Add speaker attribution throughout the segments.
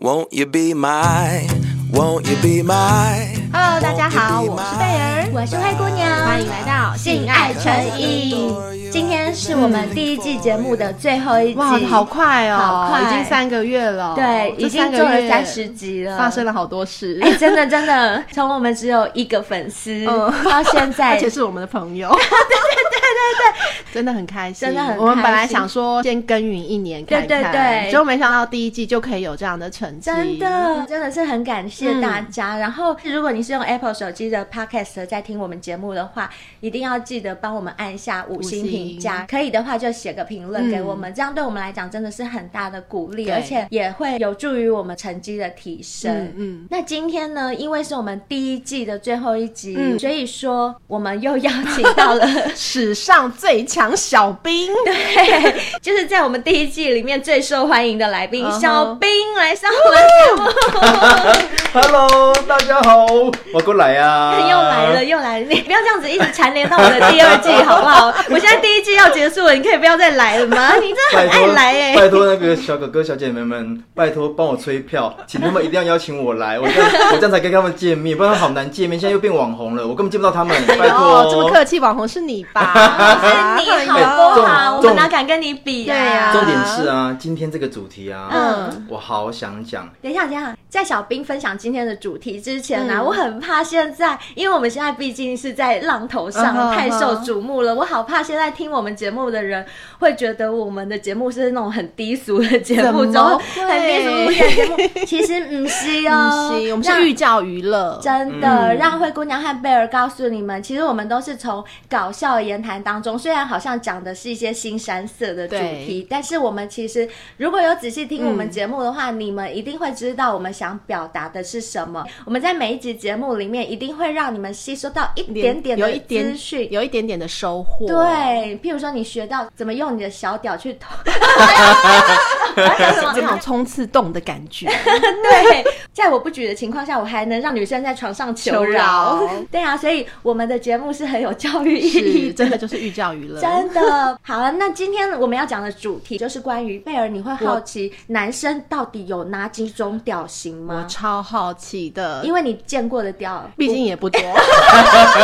Speaker 1: Won't you be my? Won't you be my?
Speaker 2: Hello，大家好，我是贝儿，
Speaker 3: 我是灰姑娘，
Speaker 2: 欢迎来到
Speaker 3: 性爱成瘾。今天是我们第一季节目的最后一集，
Speaker 2: 哇，好快哦，
Speaker 3: 好快
Speaker 2: 已经三个月了，
Speaker 3: 对，
Speaker 2: 这
Speaker 3: 已经
Speaker 2: 三个
Speaker 3: 做了
Speaker 2: 月
Speaker 3: 三十，集了，
Speaker 2: 发生了好多事，
Speaker 3: 哎、真的真的，从我们只有一个 粉丝、
Speaker 2: 嗯
Speaker 3: 到现在，
Speaker 2: 而且是我们的朋 友，对对对对对，真的很开心，
Speaker 3: 真的很开心
Speaker 2: 我们本来想说先耕耘一年看看，
Speaker 3: 对对对
Speaker 2: 结果没想到第一季就可以有这样的成绩，
Speaker 3: 真的，真的是很感谢大家。然后，如果你是用 Apple 手机的 Podcast 在听我们节目的话，一定要记得帮我们按下五星评
Speaker 2: 五
Speaker 3: 价
Speaker 2: 星，嗯
Speaker 3: 可以的话就写个评论给我们，这样对我们来讲真的是很大的鼓励，
Speaker 2: 对
Speaker 3: 而且也会有助于我们成绩的提升。
Speaker 2: 嗯嗯，
Speaker 3: 那今天呢，因为是我们第一季的最后一集，
Speaker 2: 嗯
Speaker 3: 所以说我们又邀请 到了
Speaker 2: 史上最强小 兵，
Speaker 3: 就是在我们第一季里面最受欢迎的来宾、
Speaker 2: 嗯哼
Speaker 3: 小兵来上我们节目。
Speaker 4: Hello，大家好，我过来啊，
Speaker 3: 哎 又来了，，又来了！你不要这样子一直缠连到我的第二季，好不好？我现在第一季要结束了，你可以不要再来了吗？你真
Speaker 4: 拜
Speaker 3: 的很
Speaker 4: 托
Speaker 3: 爱来
Speaker 2: 欸
Speaker 3: 哎、
Speaker 4: 拜托那个小哥哥、小姐妹们，拜托帮我催票，请他们一定要邀请我来，我这样 我这样才跟他们见面，不然好难见面。现在又变网红了，我根本见不到他 们，拜托。
Speaker 2: 哦，这么客气，网红是你吧？
Speaker 3: 哦
Speaker 2: 哎
Speaker 3: 是哎你好不好？我们哪敢跟你比
Speaker 2: 对
Speaker 3: 呀、
Speaker 2: 啊
Speaker 4: 重点是啊，今天这个主题啊，
Speaker 3: 嗯
Speaker 4: 我好想讲。
Speaker 3: 等一下，等一下，在小兵分享今天的主题之前呢、
Speaker 2: 嗯
Speaker 3: 我很怕现在，因为我们现在毕竟是在浪头上，
Speaker 2: 嗯哼
Speaker 3: 太受瞩目了。我好怕现在听我们节目的人会觉得我们的节目是那种很低俗的节目，
Speaker 2: 怎
Speaker 3: 然后
Speaker 2: 么
Speaker 3: 很低俗路
Speaker 2: 会
Speaker 3: 线节目。其实不是哦，
Speaker 2: 行，我们
Speaker 3: 那
Speaker 2: 是寓教于乐，
Speaker 3: 真的、
Speaker 2: 嗯
Speaker 3: 让灰姑娘和贝尔告诉你们，其实我们都是从搞笑言谈当中，虽然好像讲的是一些新山色的主题，但是我们其实如果有仔细听我
Speaker 2: 嗯
Speaker 3: 们节目的话，你们一定会知道我们想表达的是什么。我们在每一集节目里面一定会让你们吸收到一点点
Speaker 2: 有一
Speaker 3: 的
Speaker 2: 点
Speaker 3: 资讯。
Speaker 2: 有一点点的收获。，
Speaker 3: 对，譬如说你学到怎么用你的小屌去 捅，我要讲什么
Speaker 2: 这种冲刺洞的感 觉，
Speaker 3: 对，在我不举的情况下，我还能让女生在床上
Speaker 2: 求
Speaker 3: 求饶。
Speaker 2: 饶
Speaker 3: 对啊，所以我们的节目是很有教育意
Speaker 2: 是
Speaker 3: 义
Speaker 2: 真的
Speaker 3: 的。
Speaker 2: 就是寓教于乐。
Speaker 3: 真的 好啊！那今天我们要讲的主题就是关于贝尔，你会好奇男生到底有哪几种屌型
Speaker 2: 我
Speaker 3: 吗？
Speaker 2: 超好奇的，
Speaker 3: 因
Speaker 2: 为
Speaker 3: 为你见过的屌，
Speaker 2: 毕竟也不多，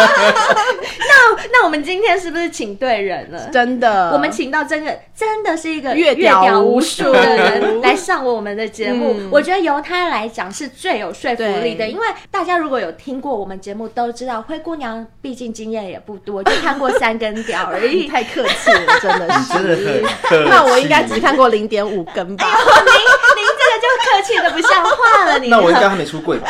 Speaker 3: 那那我们今天是不是请对人 了？
Speaker 2: 真的。
Speaker 3: 我们请到真的真的是一个
Speaker 2: 阅
Speaker 3: 阅
Speaker 2: 屌
Speaker 3: 屌
Speaker 2: 无
Speaker 3: 无数的人
Speaker 2: 数
Speaker 3: 来上我们的节目，
Speaker 2: 嗯
Speaker 3: 我觉得由他来讲是最有说服力的，
Speaker 2: 对
Speaker 3: 因为大家如果有听过我们节目都知道，灰姑娘毕竟经验也不多，就看过三根屌而 已。
Speaker 2: 太客气了，真的
Speaker 4: 你
Speaker 2: 是。
Speaker 4: 真的很客气。
Speaker 2: 那我应该只看过零点五根
Speaker 3: 哎
Speaker 2: 吧？
Speaker 3: 您这个就客气的不像话了，你
Speaker 4: 那我应该还没出 柜吧？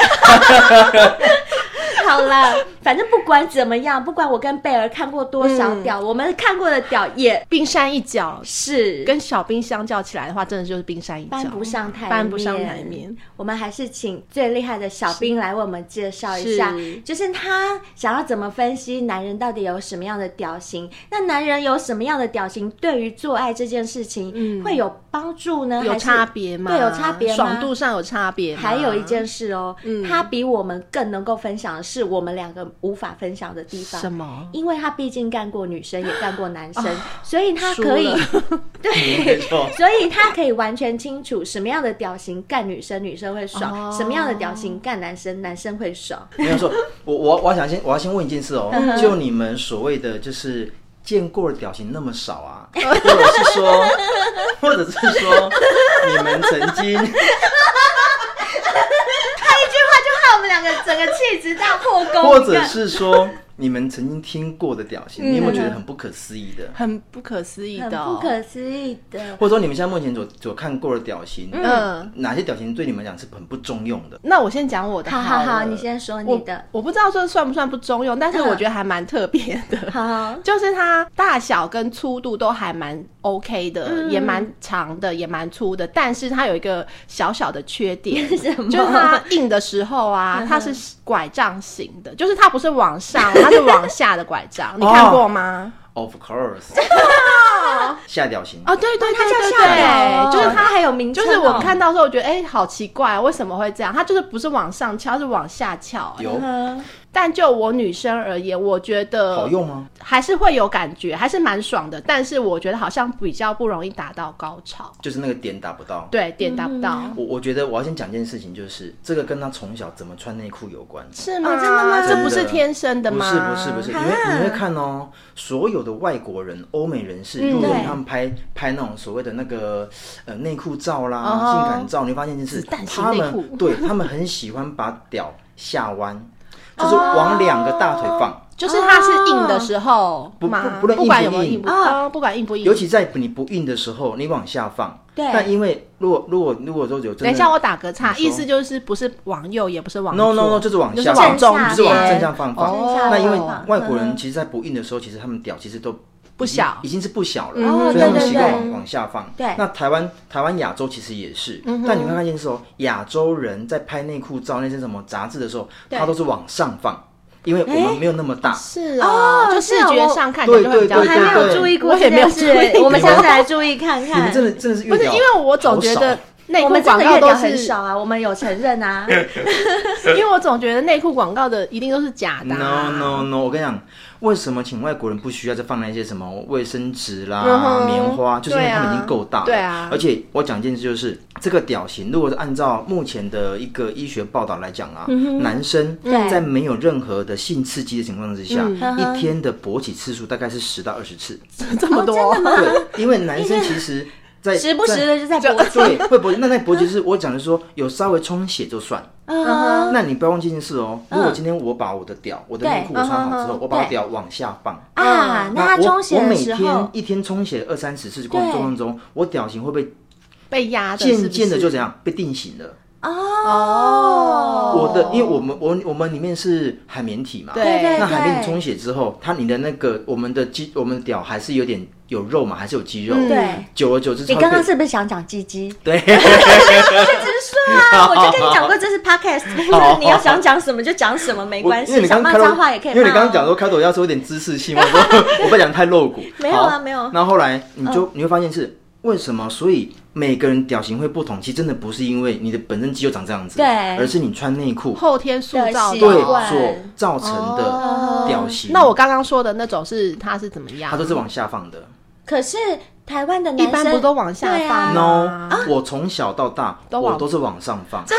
Speaker 3: 好了，反正不管怎么样，不管我跟贝儿看过多少
Speaker 2: 嗯
Speaker 3: 屌，我们看过的屌也
Speaker 2: 冰山一角，
Speaker 3: 是
Speaker 2: 跟小冰相较起来的话，真的就是冰山一角，
Speaker 3: 搬不上台面，
Speaker 2: 搬不上台面。
Speaker 3: 我们还是请最厉害的小兵来为我们介绍一下，
Speaker 2: 是
Speaker 3: 就是他想要怎么分析男人到底有什么样的屌型，那男人有什么样的屌型对于做爱这件事情、
Speaker 2: 嗯
Speaker 3: 会有帮助呢？
Speaker 2: 有
Speaker 3: 还是
Speaker 2: 差别吗？
Speaker 3: 对，有差别吗
Speaker 2: 爽度上有差别吗。
Speaker 3: 还有一件事哦，
Speaker 2: 嗯
Speaker 3: 他比我们更能够分享的是我们两个无法分享的地方。
Speaker 2: 什么？
Speaker 3: 因为他毕竟干过女生，也干过男生，所以他可以
Speaker 2: 输了
Speaker 4: 没错，
Speaker 3: 所以他可以完全清楚什么样的屌型干女生，女生会爽；
Speaker 2: 哦
Speaker 3: 什么样的屌型干男生，男生会爽。
Speaker 4: 没有错。我我我想先我要先问一件事哦
Speaker 3: 嗯哼，
Speaker 4: 就你们所谓的就是见过的表情那么少啊，或者是说， 或者是说你们 曾经
Speaker 3: 害我们两个整个气质大破功，
Speaker 4: 或者是说你们曾经听过的表情，你有没有觉得很不可思议的？
Speaker 2: 很不可思议
Speaker 3: 很
Speaker 2: 的
Speaker 3: 不
Speaker 2: 哦，
Speaker 3: 可思议的。
Speaker 4: 或者说你们现在目前所所看过的表情，
Speaker 2: 嗯
Speaker 4: 哪些表情对你们来讲是很不中用的？
Speaker 2: 那我先讲我的
Speaker 3: 好
Speaker 2: 了，
Speaker 3: 好好，你先说你的。
Speaker 2: 我。我不知道这算不算不中用，但是
Speaker 3: 嗯
Speaker 2: 我觉得还蛮特别的。
Speaker 3: 好好，
Speaker 2: 就是它大小跟粗度都还蛮 OK 的，
Speaker 3: 嗯，
Speaker 2: 也蛮长的，也蛮粗的，但是它有一个小小的缺点
Speaker 3: 什么？
Speaker 2: 就是它硬的时候啊
Speaker 3: 嗯，
Speaker 2: 它是拐杖型的，就是它不是往上， 它是往下的拐杖，你看过吗？
Speaker 4: Of course，下表情，
Speaker 2: 哦，对对对
Speaker 3: 它
Speaker 2: 对
Speaker 3: 叫下屌哦，
Speaker 2: 对，就是
Speaker 3: 它
Speaker 2: 它。
Speaker 3: 还有名
Speaker 2: 就
Speaker 3: 称哦，
Speaker 2: 是我看到之后，我觉得哎、好奇怪，为什么会这样？它就是不是往上翘，它是往下翘、哎
Speaker 4: 有
Speaker 3: 嗯哼，
Speaker 2: 但就我女生而言，我觉得
Speaker 4: 好用吗？
Speaker 2: 还是会有感觉，还是蛮爽的。但是我觉得好像比较不容易达到高潮，
Speaker 4: 就是那个点达不到。
Speaker 2: 对，点达不
Speaker 3: 嗯
Speaker 2: 到。
Speaker 4: 我我觉得我要先讲一件事情，就是这个跟他从小怎么穿内裤有关。
Speaker 2: 是吗？
Speaker 3: 哦真的吗
Speaker 2: 这不是天生的吗？啊
Speaker 4: 不是不是不是，你会你会看哦，所有的外国人、欧美人
Speaker 2: 嗯
Speaker 4: 士，如果
Speaker 3: 对
Speaker 4: 他们拍拍那种所谓的那个呃内裤照啦、
Speaker 2: 哦
Speaker 4: 性感照，你会发现一件事
Speaker 2: 子弹，型
Speaker 4: 他
Speaker 2: 内
Speaker 4: 们
Speaker 2: 裤
Speaker 4: 对他们很喜欢把屌下 弯，就是往两个大腿放。
Speaker 2: 就是它是硬的时候
Speaker 4: 不
Speaker 2: 吗
Speaker 4: 不不论硬不
Speaker 2: 管有没有
Speaker 4: 硬
Speaker 2: 硬不
Speaker 3: 啊
Speaker 2: 啊，不管硬不硬，
Speaker 4: 尤其在你不硬的时候，你往下放。
Speaker 3: 对
Speaker 4: 但因为如果如果如果说有真的，
Speaker 2: 等一下，我打个岔，
Speaker 4: 你说
Speaker 2: 意思就是不是往右，也不是往
Speaker 4: no no no，
Speaker 2: 左
Speaker 4: 就是往
Speaker 2: 就
Speaker 4: 下
Speaker 2: 是
Speaker 4: 放，
Speaker 2: 往中
Speaker 3: 正下
Speaker 4: 就是往
Speaker 3: 边
Speaker 4: 正向放放。
Speaker 3: 嗯
Speaker 2: 哦
Speaker 4: 那因为
Speaker 3: 放
Speaker 4: 外国
Speaker 3: 嗯
Speaker 4: 人其实，在不硬的时候，其实他们屌其实都
Speaker 2: 不小
Speaker 4: 已经是不小了，
Speaker 2: 哦
Speaker 4: 所以他们
Speaker 3: 对对
Speaker 4: 习
Speaker 3: 对
Speaker 4: 惯往往下放。
Speaker 3: 对
Speaker 4: 那台湾台湾亚洲其实也是，
Speaker 2: 嗯
Speaker 4: 但你会发现是哦，亚洲人在拍内裤照那些什么杂志的时候，
Speaker 3: 对
Speaker 4: 他都是往上放，因为我们没有那么大。
Speaker 2: 是哦，就视觉上看起来就会比较
Speaker 3: 啊我
Speaker 4: 对
Speaker 3: 还
Speaker 4: 对
Speaker 3: 没
Speaker 4: 对
Speaker 3: 有注意过
Speaker 2: 我
Speaker 3: 这
Speaker 2: 也没有
Speaker 3: 件
Speaker 2: 注意
Speaker 3: 事，
Speaker 2: 过
Speaker 3: 我们下次来注意看
Speaker 4: 你们
Speaker 3: 看。
Speaker 4: 真的真的是
Speaker 2: 不
Speaker 4: 越
Speaker 2: 是
Speaker 4: 屌，
Speaker 2: 因为我总
Speaker 4: 好
Speaker 2: 觉
Speaker 4: 少
Speaker 2: 得内
Speaker 3: 我
Speaker 2: 裤
Speaker 3: 们真
Speaker 2: 广
Speaker 3: 的越
Speaker 2: 告
Speaker 3: 屌
Speaker 2: 都
Speaker 3: 很
Speaker 2: 是，
Speaker 3: 少啊，我们有承认 啊。
Speaker 2: 因为我总觉得内裤广告的一定都是假的啊。
Speaker 4: No no no！我跟你讲，为什么请外国人不需要再放那些什么卫生纸啦、
Speaker 2: 嗯哼
Speaker 4: 棉花，就是因为
Speaker 2: 对啊
Speaker 4: 他们已经够大了。
Speaker 2: 对啊
Speaker 4: 而且我讲一件事，就是这个屌型，如果是按照目前的一个医学报道来讲啊，男生
Speaker 3: 嗯对
Speaker 4: 在没有任何的性刺激的情况之下，
Speaker 3: 嗯
Speaker 4: 一天的勃起次数大概是十到二十次。
Speaker 2: 这么多，
Speaker 3: 哦真的吗
Speaker 4: 对，因为男 生其实在
Speaker 3: 时不时
Speaker 4: 在
Speaker 3: 的就在勃起。
Speaker 4: 对会勃，那那勃起是我讲的是说有稍微充血就算。
Speaker 3: 嗯
Speaker 4: 那你不要忘记一件事哦，如果
Speaker 3: 嗯
Speaker 4: 今天我把我的屌、我的
Speaker 3: 对
Speaker 4: 内裤我穿好之
Speaker 2: 嗯
Speaker 4: 后
Speaker 2: 哼，
Speaker 4: 我把
Speaker 3: 对
Speaker 4: 我屌往下放，
Speaker 3: 啊，那
Speaker 4: 那
Speaker 3: 他
Speaker 4: 我
Speaker 3: 充血
Speaker 4: 我
Speaker 3: 的
Speaker 4: 每
Speaker 3: 时
Speaker 4: 天
Speaker 3: 候，
Speaker 4: 一天充血二三十次过
Speaker 3: 对
Speaker 4: 程当中，我屌型会被
Speaker 2: 被压的是不是，
Speaker 4: 渐渐的就怎样被定型了。
Speaker 3: 哦
Speaker 4: 我的，因为我们我我们里面是海绵体嘛，
Speaker 2: 对
Speaker 3: 对
Speaker 4: 那海绵体
Speaker 3: 对
Speaker 4: 充血之后，它你的那个我们的肌，我们的屌还是有点有肉嘛，还是有肌肉。
Speaker 2: 嗯
Speaker 3: 对，
Speaker 4: 久而久之，
Speaker 3: 你
Speaker 4: 它
Speaker 3: 刚
Speaker 4: 会
Speaker 3: 刚
Speaker 4: 被
Speaker 3: 是不是想讲鸡 鸡？
Speaker 4: 对，
Speaker 3: 直说啊，我就跟你讲过，这是 podcast，就是 你要想讲什么就讲什么，没
Speaker 4: 我
Speaker 3: 关
Speaker 4: 因为
Speaker 3: 系，
Speaker 4: 你
Speaker 3: 想
Speaker 4: 刚
Speaker 3: 骂
Speaker 4: 刚开头
Speaker 3: 脏话也可以骂哦。
Speaker 4: 因为你刚刚讲说开头要说有点知识性，我说 我不讲太露骨。
Speaker 3: 没有啊
Speaker 4: 好
Speaker 3: 没有嗯
Speaker 4: 那后来你就你会发现是为什么？所以每个人屌型会不同，其实真的不是因为你的本身肌肉长这样子，
Speaker 3: 对
Speaker 4: 而是你穿内裤
Speaker 2: 后天塑造
Speaker 3: 对
Speaker 2: 的。
Speaker 4: 对
Speaker 3: 习惯
Speaker 4: 所
Speaker 3: 哦
Speaker 4: 造成的屌型。
Speaker 2: 那我刚刚说的那种是它是怎么样？
Speaker 4: 它都是往下放的。
Speaker 3: 可是台湾的男
Speaker 2: 一
Speaker 3: 生
Speaker 2: 般不都往下
Speaker 3: 对
Speaker 2: 放吗
Speaker 3: 啊
Speaker 4: No，
Speaker 2: 啊
Speaker 4: 我从小到大
Speaker 2: 都往
Speaker 4: 我都是往上放，
Speaker 2: 假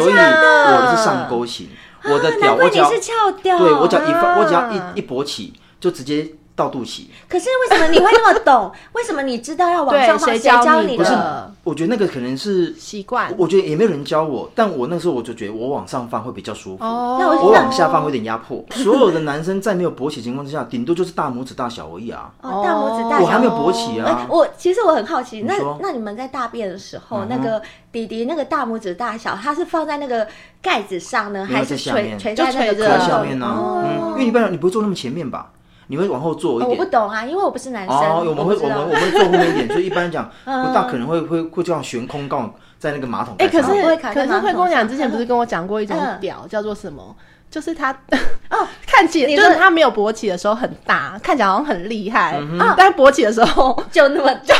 Speaker 4: 所以
Speaker 2: 的
Speaker 4: 我是上钩型，我的屌
Speaker 3: 啊难
Speaker 4: 我
Speaker 3: 怪
Speaker 4: 只
Speaker 3: 你
Speaker 4: 要
Speaker 3: 是翘掉。
Speaker 4: 对我只要一
Speaker 2: 啊
Speaker 4: 放，我只要一一勃起就直接到肚脐。
Speaker 3: 可是为什么你会那么懂？为什么你知道要往
Speaker 2: 对，
Speaker 3: 上放？
Speaker 2: 谁
Speaker 3: 谁教
Speaker 2: 你
Speaker 3: 你的？
Speaker 2: 的
Speaker 4: 我觉得那个可能是
Speaker 2: 习惯？
Speaker 4: 我我觉得也没有人教我，但我那时候我就觉得我往上放会比较舒服，
Speaker 2: 哦
Speaker 3: 那我
Speaker 4: 我往下放会有点压 迫。所有的男生在没有勃起情况之下，顶多就是大拇指大小而已啊，
Speaker 3: 哦，大拇指大
Speaker 2: 哦
Speaker 4: 我还
Speaker 3: 小
Speaker 4: 没有勃起
Speaker 3: 哎、
Speaker 4: 啊。
Speaker 3: 我其实我很好奇，那
Speaker 4: 你说嗯
Speaker 3: 那你们在大便的时候，那个弟弟那个大拇指大小，它是放在那个盖子上呢，
Speaker 4: 没有
Speaker 3: 还是
Speaker 4: 在下
Speaker 3: 垂
Speaker 4: 面
Speaker 3: 垂
Speaker 2: 就
Speaker 3: 在那
Speaker 2: 垂
Speaker 3: 个
Speaker 2: 着
Speaker 4: 在
Speaker 3: 口
Speaker 4: 下
Speaker 3: 罩
Speaker 4: 面呢、
Speaker 3: 哦
Speaker 4: 嗯，因为你不然你不会坐那么前面吧？你会往后坐一
Speaker 3: 哦我
Speaker 4: 点。
Speaker 3: 不懂啊，因为我不是男生，
Speaker 4: 哦，我们会
Speaker 3: 不
Speaker 4: 我
Speaker 3: 知道
Speaker 4: 们我们会坐后面一点，所以一般 来讲，
Speaker 3: 嗯
Speaker 4: 不大可能会会会这样悬空杠在那个马桶
Speaker 2: 哎、可
Speaker 4: 盖上哦
Speaker 2: 是
Speaker 4: 面。
Speaker 3: 不会卡在
Speaker 2: 可是
Speaker 3: 马桶
Speaker 2: 慧姑娘
Speaker 3: 上
Speaker 2: 之前不是跟我讲过一种
Speaker 3: 嗯
Speaker 2: 屌、叫做什么？就是它
Speaker 3: 哦
Speaker 2: 看起来
Speaker 3: 你
Speaker 2: 就
Speaker 3: 说
Speaker 2: 是它没有勃起的时候很大，看起来好像很厉害，
Speaker 4: 嗯
Speaker 3: 哼
Speaker 2: 但勃起的时候
Speaker 3: 就那么 就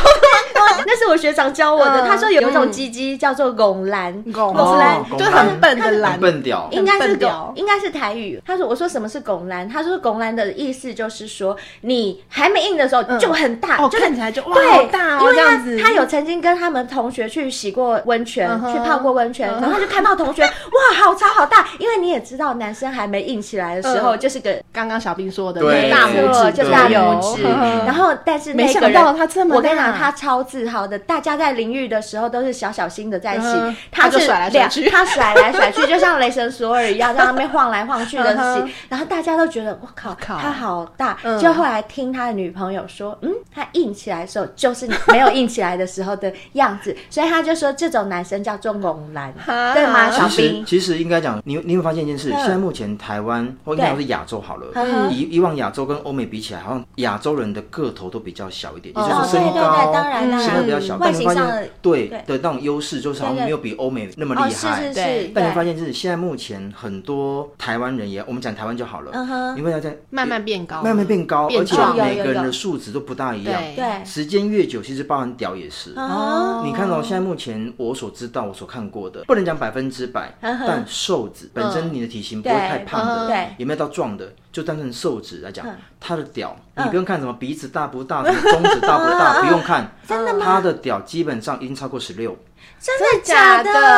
Speaker 3: 那是我学长教我的，
Speaker 2: 嗯
Speaker 3: 他说有一种鸡鸡叫做拱蓝，
Speaker 2: 拱
Speaker 3: 蓝
Speaker 4: 哦，
Speaker 2: 就很笨的
Speaker 4: 很
Speaker 2: 懒。
Speaker 4: 笨屌，
Speaker 3: 应该
Speaker 2: 很
Speaker 3: 是
Speaker 2: 笨
Speaker 3: 拱
Speaker 2: 屌，
Speaker 3: 应该是台语。他说：“我说什么是拱蓝？”他说：“拱蓝的意思就是说，你还没硬的时候
Speaker 2: 嗯
Speaker 3: 就很大，
Speaker 2: 哦，
Speaker 3: 就是
Speaker 2: 看起来就哇
Speaker 3: 对，
Speaker 2: 好大
Speaker 3: 因
Speaker 2: 哦，
Speaker 3: 为
Speaker 2: 这
Speaker 3: 他
Speaker 2: 样子。
Speaker 3: 他有曾经跟他们同学去洗过温泉，
Speaker 2: 嗯哼
Speaker 3: 去泡过温泉，
Speaker 2: 嗯
Speaker 3: 然后他就看到同学，哇，好长好大！因为你也知道，男生还没硬起来的时候，
Speaker 2: 嗯
Speaker 3: 就是个。
Speaker 2: 刚刚小兵说的
Speaker 4: 对
Speaker 2: 大
Speaker 3: 没
Speaker 2: 拇
Speaker 3: 错
Speaker 2: 指，
Speaker 3: 就
Speaker 4: 对
Speaker 3: 大
Speaker 4: 对
Speaker 3: 拇指，
Speaker 4: 对嗯
Speaker 3: 然后但是那
Speaker 2: 没想
Speaker 3: 个人
Speaker 2: 到他这么大
Speaker 3: 我跟你讲，他超自豪的。大家在淋浴的时候都是小小心的在洗
Speaker 2: 嗯，
Speaker 3: 他
Speaker 2: 他就是甩来甩去
Speaker 3: 两他甩来 甩去，就像雷神索尔一样，在那边晃来晃去的
Speaker 2: 嗯
Speaker 3: 洗
Speaker 2: 哼。
Speaker 3: 然后大家都觉得我靠，
Speaker 2: 靠
Speaker 3: 他好大。
Speaker 2: 嗯
Speaker 3: 就后来听他的女朋友说，嗯，他硬起来的时候就是没有硬起来的时候的样子，所以他就说这种男生叫做猛男，
Speaker 2: 啊
Speaker 3: 对吗，小
Speaker 4: 其实
Speaker 3: 兵？
Speaker 4: 其实应该讲，你你会发现一件事，
Speaker 3: 嗯
Speaker 4: 现在目前台湾或应该说是亚洲好了
Speaker 3: 嗯，
Speaker 4: 以以往亚洲跟欧美比起来，好像亚洲人的个头都比较小一点，也
Speaker 2: 哦
Speaker 4: 就是
Speaker 3: 哦
Speaker 4: 说，
Speaker 3: 对
Speaker 4: 身
Speaker 3: 对
Speaker 4: 高
Speaker 3: 对，当然当
Speaker 4: 身
Speaker 3: 然，
Speaker 4: 高比较小，
Speaker 3: 外
Speaker 4: 但你
Speaker 3: 形
Speaker 4: 发
Speaker 3: 上的
Speaker 4: 现对
Speaker 3: 对
Speaker 4: 的那种优势，就是好
Speaker 3: 对对
Speaker 4: 像没有比欧美那么
Speaker 3: 哦
Speaker 4: 厉
Speaker 3: 是
Speaker 4: 害
Speaker 3: 是。是
Speaker 2: 对，
Speaker 4: 但你发
Speaker 3: 对
Speaker 4: 现是现在目前很多台湾人也，我们讲台湾就好了
Speaker 3: 嗯，哼
Speaker 4: 你会发现
Speaker 2: 慢慢变高，
Speaker 4: 慢慢变高，
Speaker 2: 变
Speaker 4: 而且
Speaker 2: 壮
Speaker 4: 每个
Speaker 3: 有有
Speaker 4: 人
Speaker 3: 有
Speaker 4: 的数值都不大一样。
Speaker 2: 对
Speaker 3: 对，
Speaker 4: 时间越久，其实包含屌也是。
Speaker 3: 哦，
Speaker 4: 你看到、现在目前我所知道、我所看过的，不能讲百分之百，
Speaker 3: 嗯哼
Speaker 4: 但瘦子本身你的体型不会
Speaker 3: 对
Speaker 4: 太胖
Speaker 3: 嗯
Speaker 4: 的，
Speaker 3: 对
Speaker 4: 也没有到壮的，就单纯瘦子来讲
Speaker 3: 嗯，嗯
Speaker 4: 他的屌，你不用看什么鼻子大不大，什么中指大不大，不用看，真的吗？他的屌基本上已经超过十六，
Speaker 3: 真的假
Speaker 2: 真的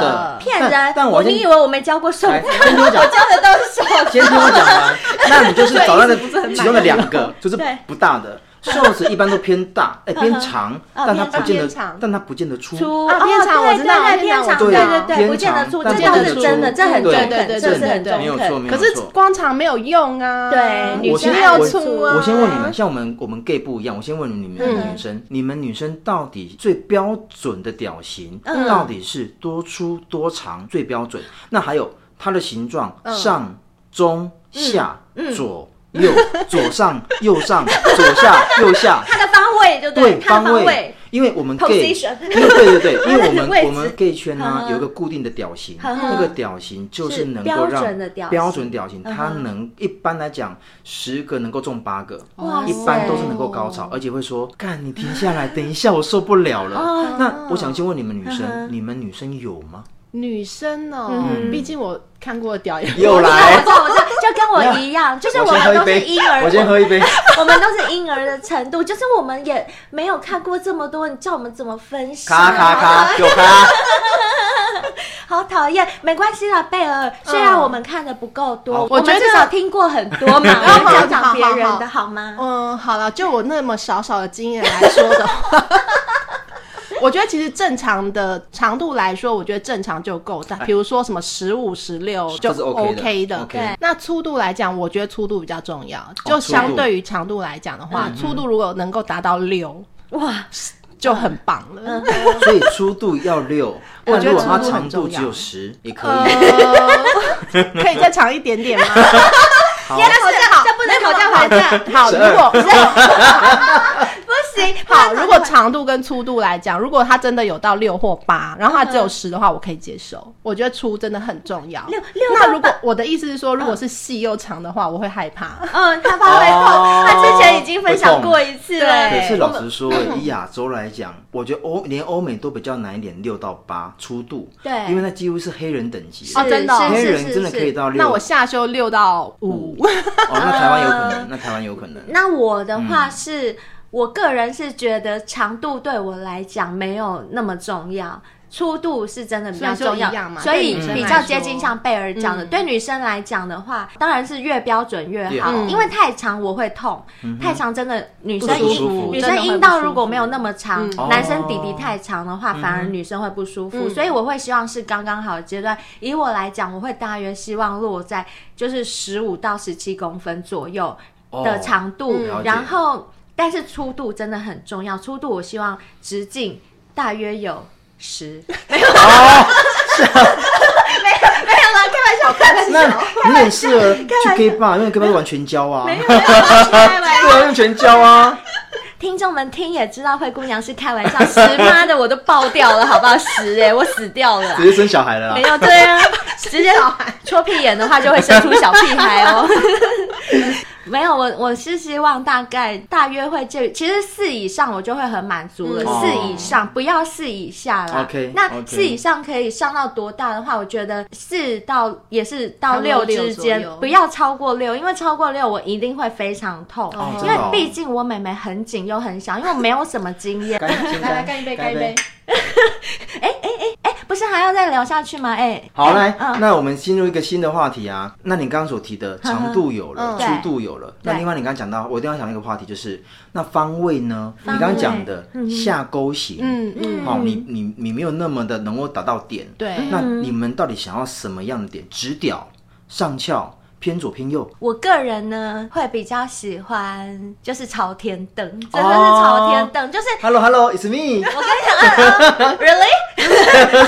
Speaker 4: 的
Speaker 3: 嗯骗人！
Speaker 4: 但但我
Speaker 3: 我
Speaker 4: 先
Speaker 3: 你以为我没教过手？
Speaker 4: 来，先听我讲，
Speaker 3: 教 的都是手。
Speaker 4: 先听我讲完， 那你就是找到的
Speaker 2: 不是很满
Speaker 4: 其中的两个，就是
Speaker 3: 对
Speaker 4: 不大的。瘦子一般都偏大，哎，偏长，
Speaker 3: 啊
Speaker 4: 但它
Speaker 3: 偏长
Speaker 4: 不见
Speaker 2: 偏
Speaker 4: 得
Speaker 2: 长，
Speaker 4: 但它不见得粗。
Speaker 3: 出
Speaker 2: 啊偏长我知道
Speaker 3: 对对
Speaker 2: 偏
Speaker 3: 对偏
Speaker 2: 长我
Speaker 3: 长，对
Speaker 2: 知道
Speaker 3: 对
Speaker 4: 对啊
Speaker 3: 对，不见得出，
Speaker 4: 偏
Speaker 3: 这倒
Speaker 4: 长
Speaker 2: 但不见得
Speaker 3: 是
Speaker 2: 出
Speaker 3: 真的，这很中
Speaker 4: 对
Speaker 3: 肯，
Speaker 2: 对
Speaker 3: 这
Speaker 2: 对
Speaker 3: 是很中
Speaker 2: 对
Speaker 3: 肯。
Speaker 4: 没有错，没
Speaker 2: 可
Speaker 4: 有错。
Speaker 2: 是光长没有用啊，
Speaker 3: 对
Speaker 2: 女
Speaker 4: 我
Speaker 2: 生
Speaker 4: 先
Speaker 2: 没
Speaker 4: 我
Speaker 2: 有粗啊。
Speaker 4: 我先问你们，像我们我们 gay 不一样，我先问你们
Speaker 2: 嗯
Speaker 4: 女生，你们女生到底最标准的屌型
Speaker 3: 嗯
Speaker 4: 到底是多粗多长最标准？那还有它的形状，上中下左右，左上右上左下右下，
Speaker 3: 它的方位就
Speaker 4: 对
Speaker 3: 它的方
Speaker 4: 位，因为我们 gay，
Speaker 3: Position
Speaker 4: 因为对 对对，因为我
Speaker 3: 它的位
Speaker 4: 们
Speaker 3: 置
Speaker 4: 我们 gay 圈呢
Speaker 3: 嗯
Speaker 4: 有一个固定的屌型，
Speaker 3: 嗯
Speaker 4: 那个屌型就是能够
Speaker 3: 是标
Speaker 4: 让
Speaker 3: 准的屌型
Speaker 4: 标准屌型，它
Speaker 3: 嗯哼
Speaker 4: 能一般来讲十个能够中八个。
Speaker 3: 哇塞
Speaker 4: 一般都是能够高潮，而且会说：“干，你停下来，等一下，我受不了了
Speaker 3: 哦。”
Speaker 4: 那我想先问你们女
Speaker 3: 嗯
Speaker 4: 生，
Speaker 3: 哼
Speaker 4: 你们女生有吗？
Speaker 2: 女生哦，毕竟我看过的屌也
Speaker 4: 又
Speaker 3: 我
Speaker 4: 来
Speaker 3: 知，道，我知道，就跟我一样，就是
Speaker 4: 我
Speaker 3: 我们
Speaker 4: 先
Speaker 3: 都
Speaker 4: 喝一
Speaker 3: 是
Speaker 4: 杯
Speaker 3: 婴儿，，
Speaker 4: 我先喝一 杯。
Speaker 3: 我们都是婴儿的程度，就是我们也没有看过这么多，你叫我们怎么分析？啊
Speaker 4: 咔咔咔，有 咔。
Speaker 3: 好讨厌，没关系啦，贝尔。虽然
Speaker 2: 嗯
Speaker 3: 我们看的不够多，
Speaker 4: 好
Speaker 3: 我
Speaker 2: 我觉
Speaker 3: 们
Speaker 2: 得
Speaker 3: 至少听过很 多嘛，我
Speaker 2: 好好
Speaker 3: 们讲讲
Speaker 2: 好
Speaker 3: 别人
Speaker 2: 好
Speaker 3: 的好吗？
Speaker 2: 嗯，好了，就我那么少少的经验来说的话， 我觉得其实正常的长度来说，我觉得正常就够大，比如说什么十五、十六就
Speaker 4: 这哎是 OK 的
Speaker 2: OK 的。
Speaker 4: OK 哦
Speaker 2: 那粗度来讲，我觉得粗度比较重要，就相对于长度来讲的
Speaker 4: 嗯
Speaker 2: 话，粗度如果能够达到六，
Speaker 3: 哇，
Speaker 2: 就很棒了。
Speaker 4: 所以粗度要六，
Speaker 2: 我
Speaker 4: 但
Speaker 2: 觉得
Speaker 4: 如果它
Speaker 2: 粗度很
Speaker 4: 长度
Speaker 2: 重要
Speaker 4: 只有十，也可
Speaker 3: 嗯
Speaker 4: 以。
Speaker 2: 呃，可以再长一点点吗？
Speaker 4: 好，
Speaker 2: 好这好，
Speaker 3: 这不能
Speaker 2: 那
Speaker 3: 这么
Speaker 2: 好这样好，
Speaker 4: 12
Speaker 2: 如果如果
Speaker 3: 不行，
Speaker 2: 好，如果长度跟粗度来讲，如果它真的有到六或八，然后它只有十的话，我可以接受。我觉得粗真的很重要。
Speaker 3: 六六
Speaker 2: 那
Speaker 3: 到
Speaker 2: 如果我的意思是说，如果是细又长的话，我会害怕。
Speaker 3: 嗯，他怕会
Speaker 4: 哦
Speaker 3: 痛，他之前已经分享过一次了。
Speaker 4: 可
Speaker 2: 对
Speaker 4: 哦是老实说，以亚洲来讲，我觉得欧连欧美都比较难一点，六到八粗度，
Speaker 3: 对
Speaker 4: 因为那几乎是黑人等级
Speaker 2: 哦，真的哦
Speaker 4: 黑
Speaker 3: 哦是是
Speaker 4: 人
Speaker 3: 是
Speaker 4: 真的
Speaker 3: 是
Speaker 4: 可以到六。
Speaker 2: 那我下修六嗯到五，
Speaker 4: 哦，那台湾有可能，那台湾有 可能。
Speaker 3: 那我的
Speaker 2: 嗯
Speaker 3: 话是、我个人是觉得长度对我来讲没有那么重要。粗度是真的比较重
Speaker 2: 所以就一样
Speaker 3: 要，
Speaker 2: 嘛
Speaker 3: 所以
Speaker 2: 对女生来
Speaker 3: 比
Speaker 2: 说
Speaker 3: 较接近像贝尔讲的。
Speaker 2: 嗯
Speaker 3: 对女生来讲的话，当然是越标准越
Speaker 4: 越
Speaker 3: 好，
Speaker 4: 好
Speaker 3: 因为太长我会痛，太长真的女生
Speaker 4: 不舒
Speaker 3: 阴
Speaker 4: 服
Speaker 3: 女
Speaker 2: 真的
Speaker 3: 生
Speaker 2: 会
Speaker 3: 阴
Speaker 2: 不嗯
Speaker 3: 道
Speaker 2: 舒
Speaker 3: 如果
Speaker 2: 服
Speaker 3: 没有那么长，
Speaker 2: 嗯哦
Speaker 3: 男生底底太长的话，反而女生会不舒服。所以我会希望是刚刚好的阶段。以我来讲，我会大约希望落在就是十五到十七公分左右，的长度，
Speaker 4: 哦嗯了解
Speaker 3: 然后但是粗度真的很重要，粗度我希望直径大约有 十，没有啦，开玩笑，开玩
Speaker 4: 那你很适合去 gay bar，因为 gay bar 都玩全交啊，
Speaker 3: 笑，开玩
Speaker 4: 对啊，用全交啊。
Speaker 3: 听众们听也知道灰姑娘是开玩笑，十妈的我都爆掉了，好不好？十哎、我死掉了
Speaker 4: 直。接生小孩了
Speaker 3: 没
Speaker 4: 啦。
Speaker 3: 有对啊， 直接戳屁眼的话就会生出小屁孩哦。没有，我我是希望大概大约会这，其实四以上我就会很满足了，
Speaker 2: 嗯
Speaker 3: 四
Speaker 4: 哦
Speaker 3: 以上不要四以下啦。
Speaker 4: OK，
Speaker 3: 那
Speaker 4: OK
Speaker 3: 四以上可以上到多大的话，我觉得四到也是到
Speaker 2: 差不多
Speaker 3: 六
Speaker 2: 六
Speaker 3: 之
Speaker 2: 左
Speaker 3: 间
Speaker 2: 右，
Speaker 3: 不要超过六，因为超过六我一定会非常痛，
Speaker 2: 哦
Speaker 3: 因
Speaker 4: 真
Speaker 3: 为
Speaker 4: 的哦
Speaker 3: 毕竟我妹妹很紧又很小，因为我没有什么经验。
Speaker 4: 干先
Speaker 2: 来来干一杯，干一杯。。
Speaker 3: 哎，不是还要再聊下去吗？哎，
Speaker 4: 好，来
Speaker 3: 嗯，
Speaker 4: 那我们进入一个新的话题啊。那你刚刚所提的长度有了，
Speaker 2: 嗯
Speaker 4: 粗
Speaker 3: 对
Speaker 4: 度有了，那
Speaker 3: 对
Speaker 4: 另外你刚刚讲到，我一定要讲一个话题，就是那方位呢？你
Speaker 3: 方
Speaker 4: 刚刚
Speaker 3: 位
Speaker 4: 讲的下勾型，
Speaker 2: 嗯嗯，
Speaker 4: 好，你你你没有那么的能够打到点，
Speaker 2: 对
Speaker 4: 那
Speaker 3: 嗯
Speaker 4: 你们到底想要什么样的点？直屌、上翘、偏左偏右？
Speaker 3: 我个人呢会比较喜欢就是朝天灯，真的是朝天
Speaker 4: 哦
Speaker 3: 灯，就是
Speaker 4: Hello Hello，It's me，
Speaker 3: 我跟你讲啊啊，really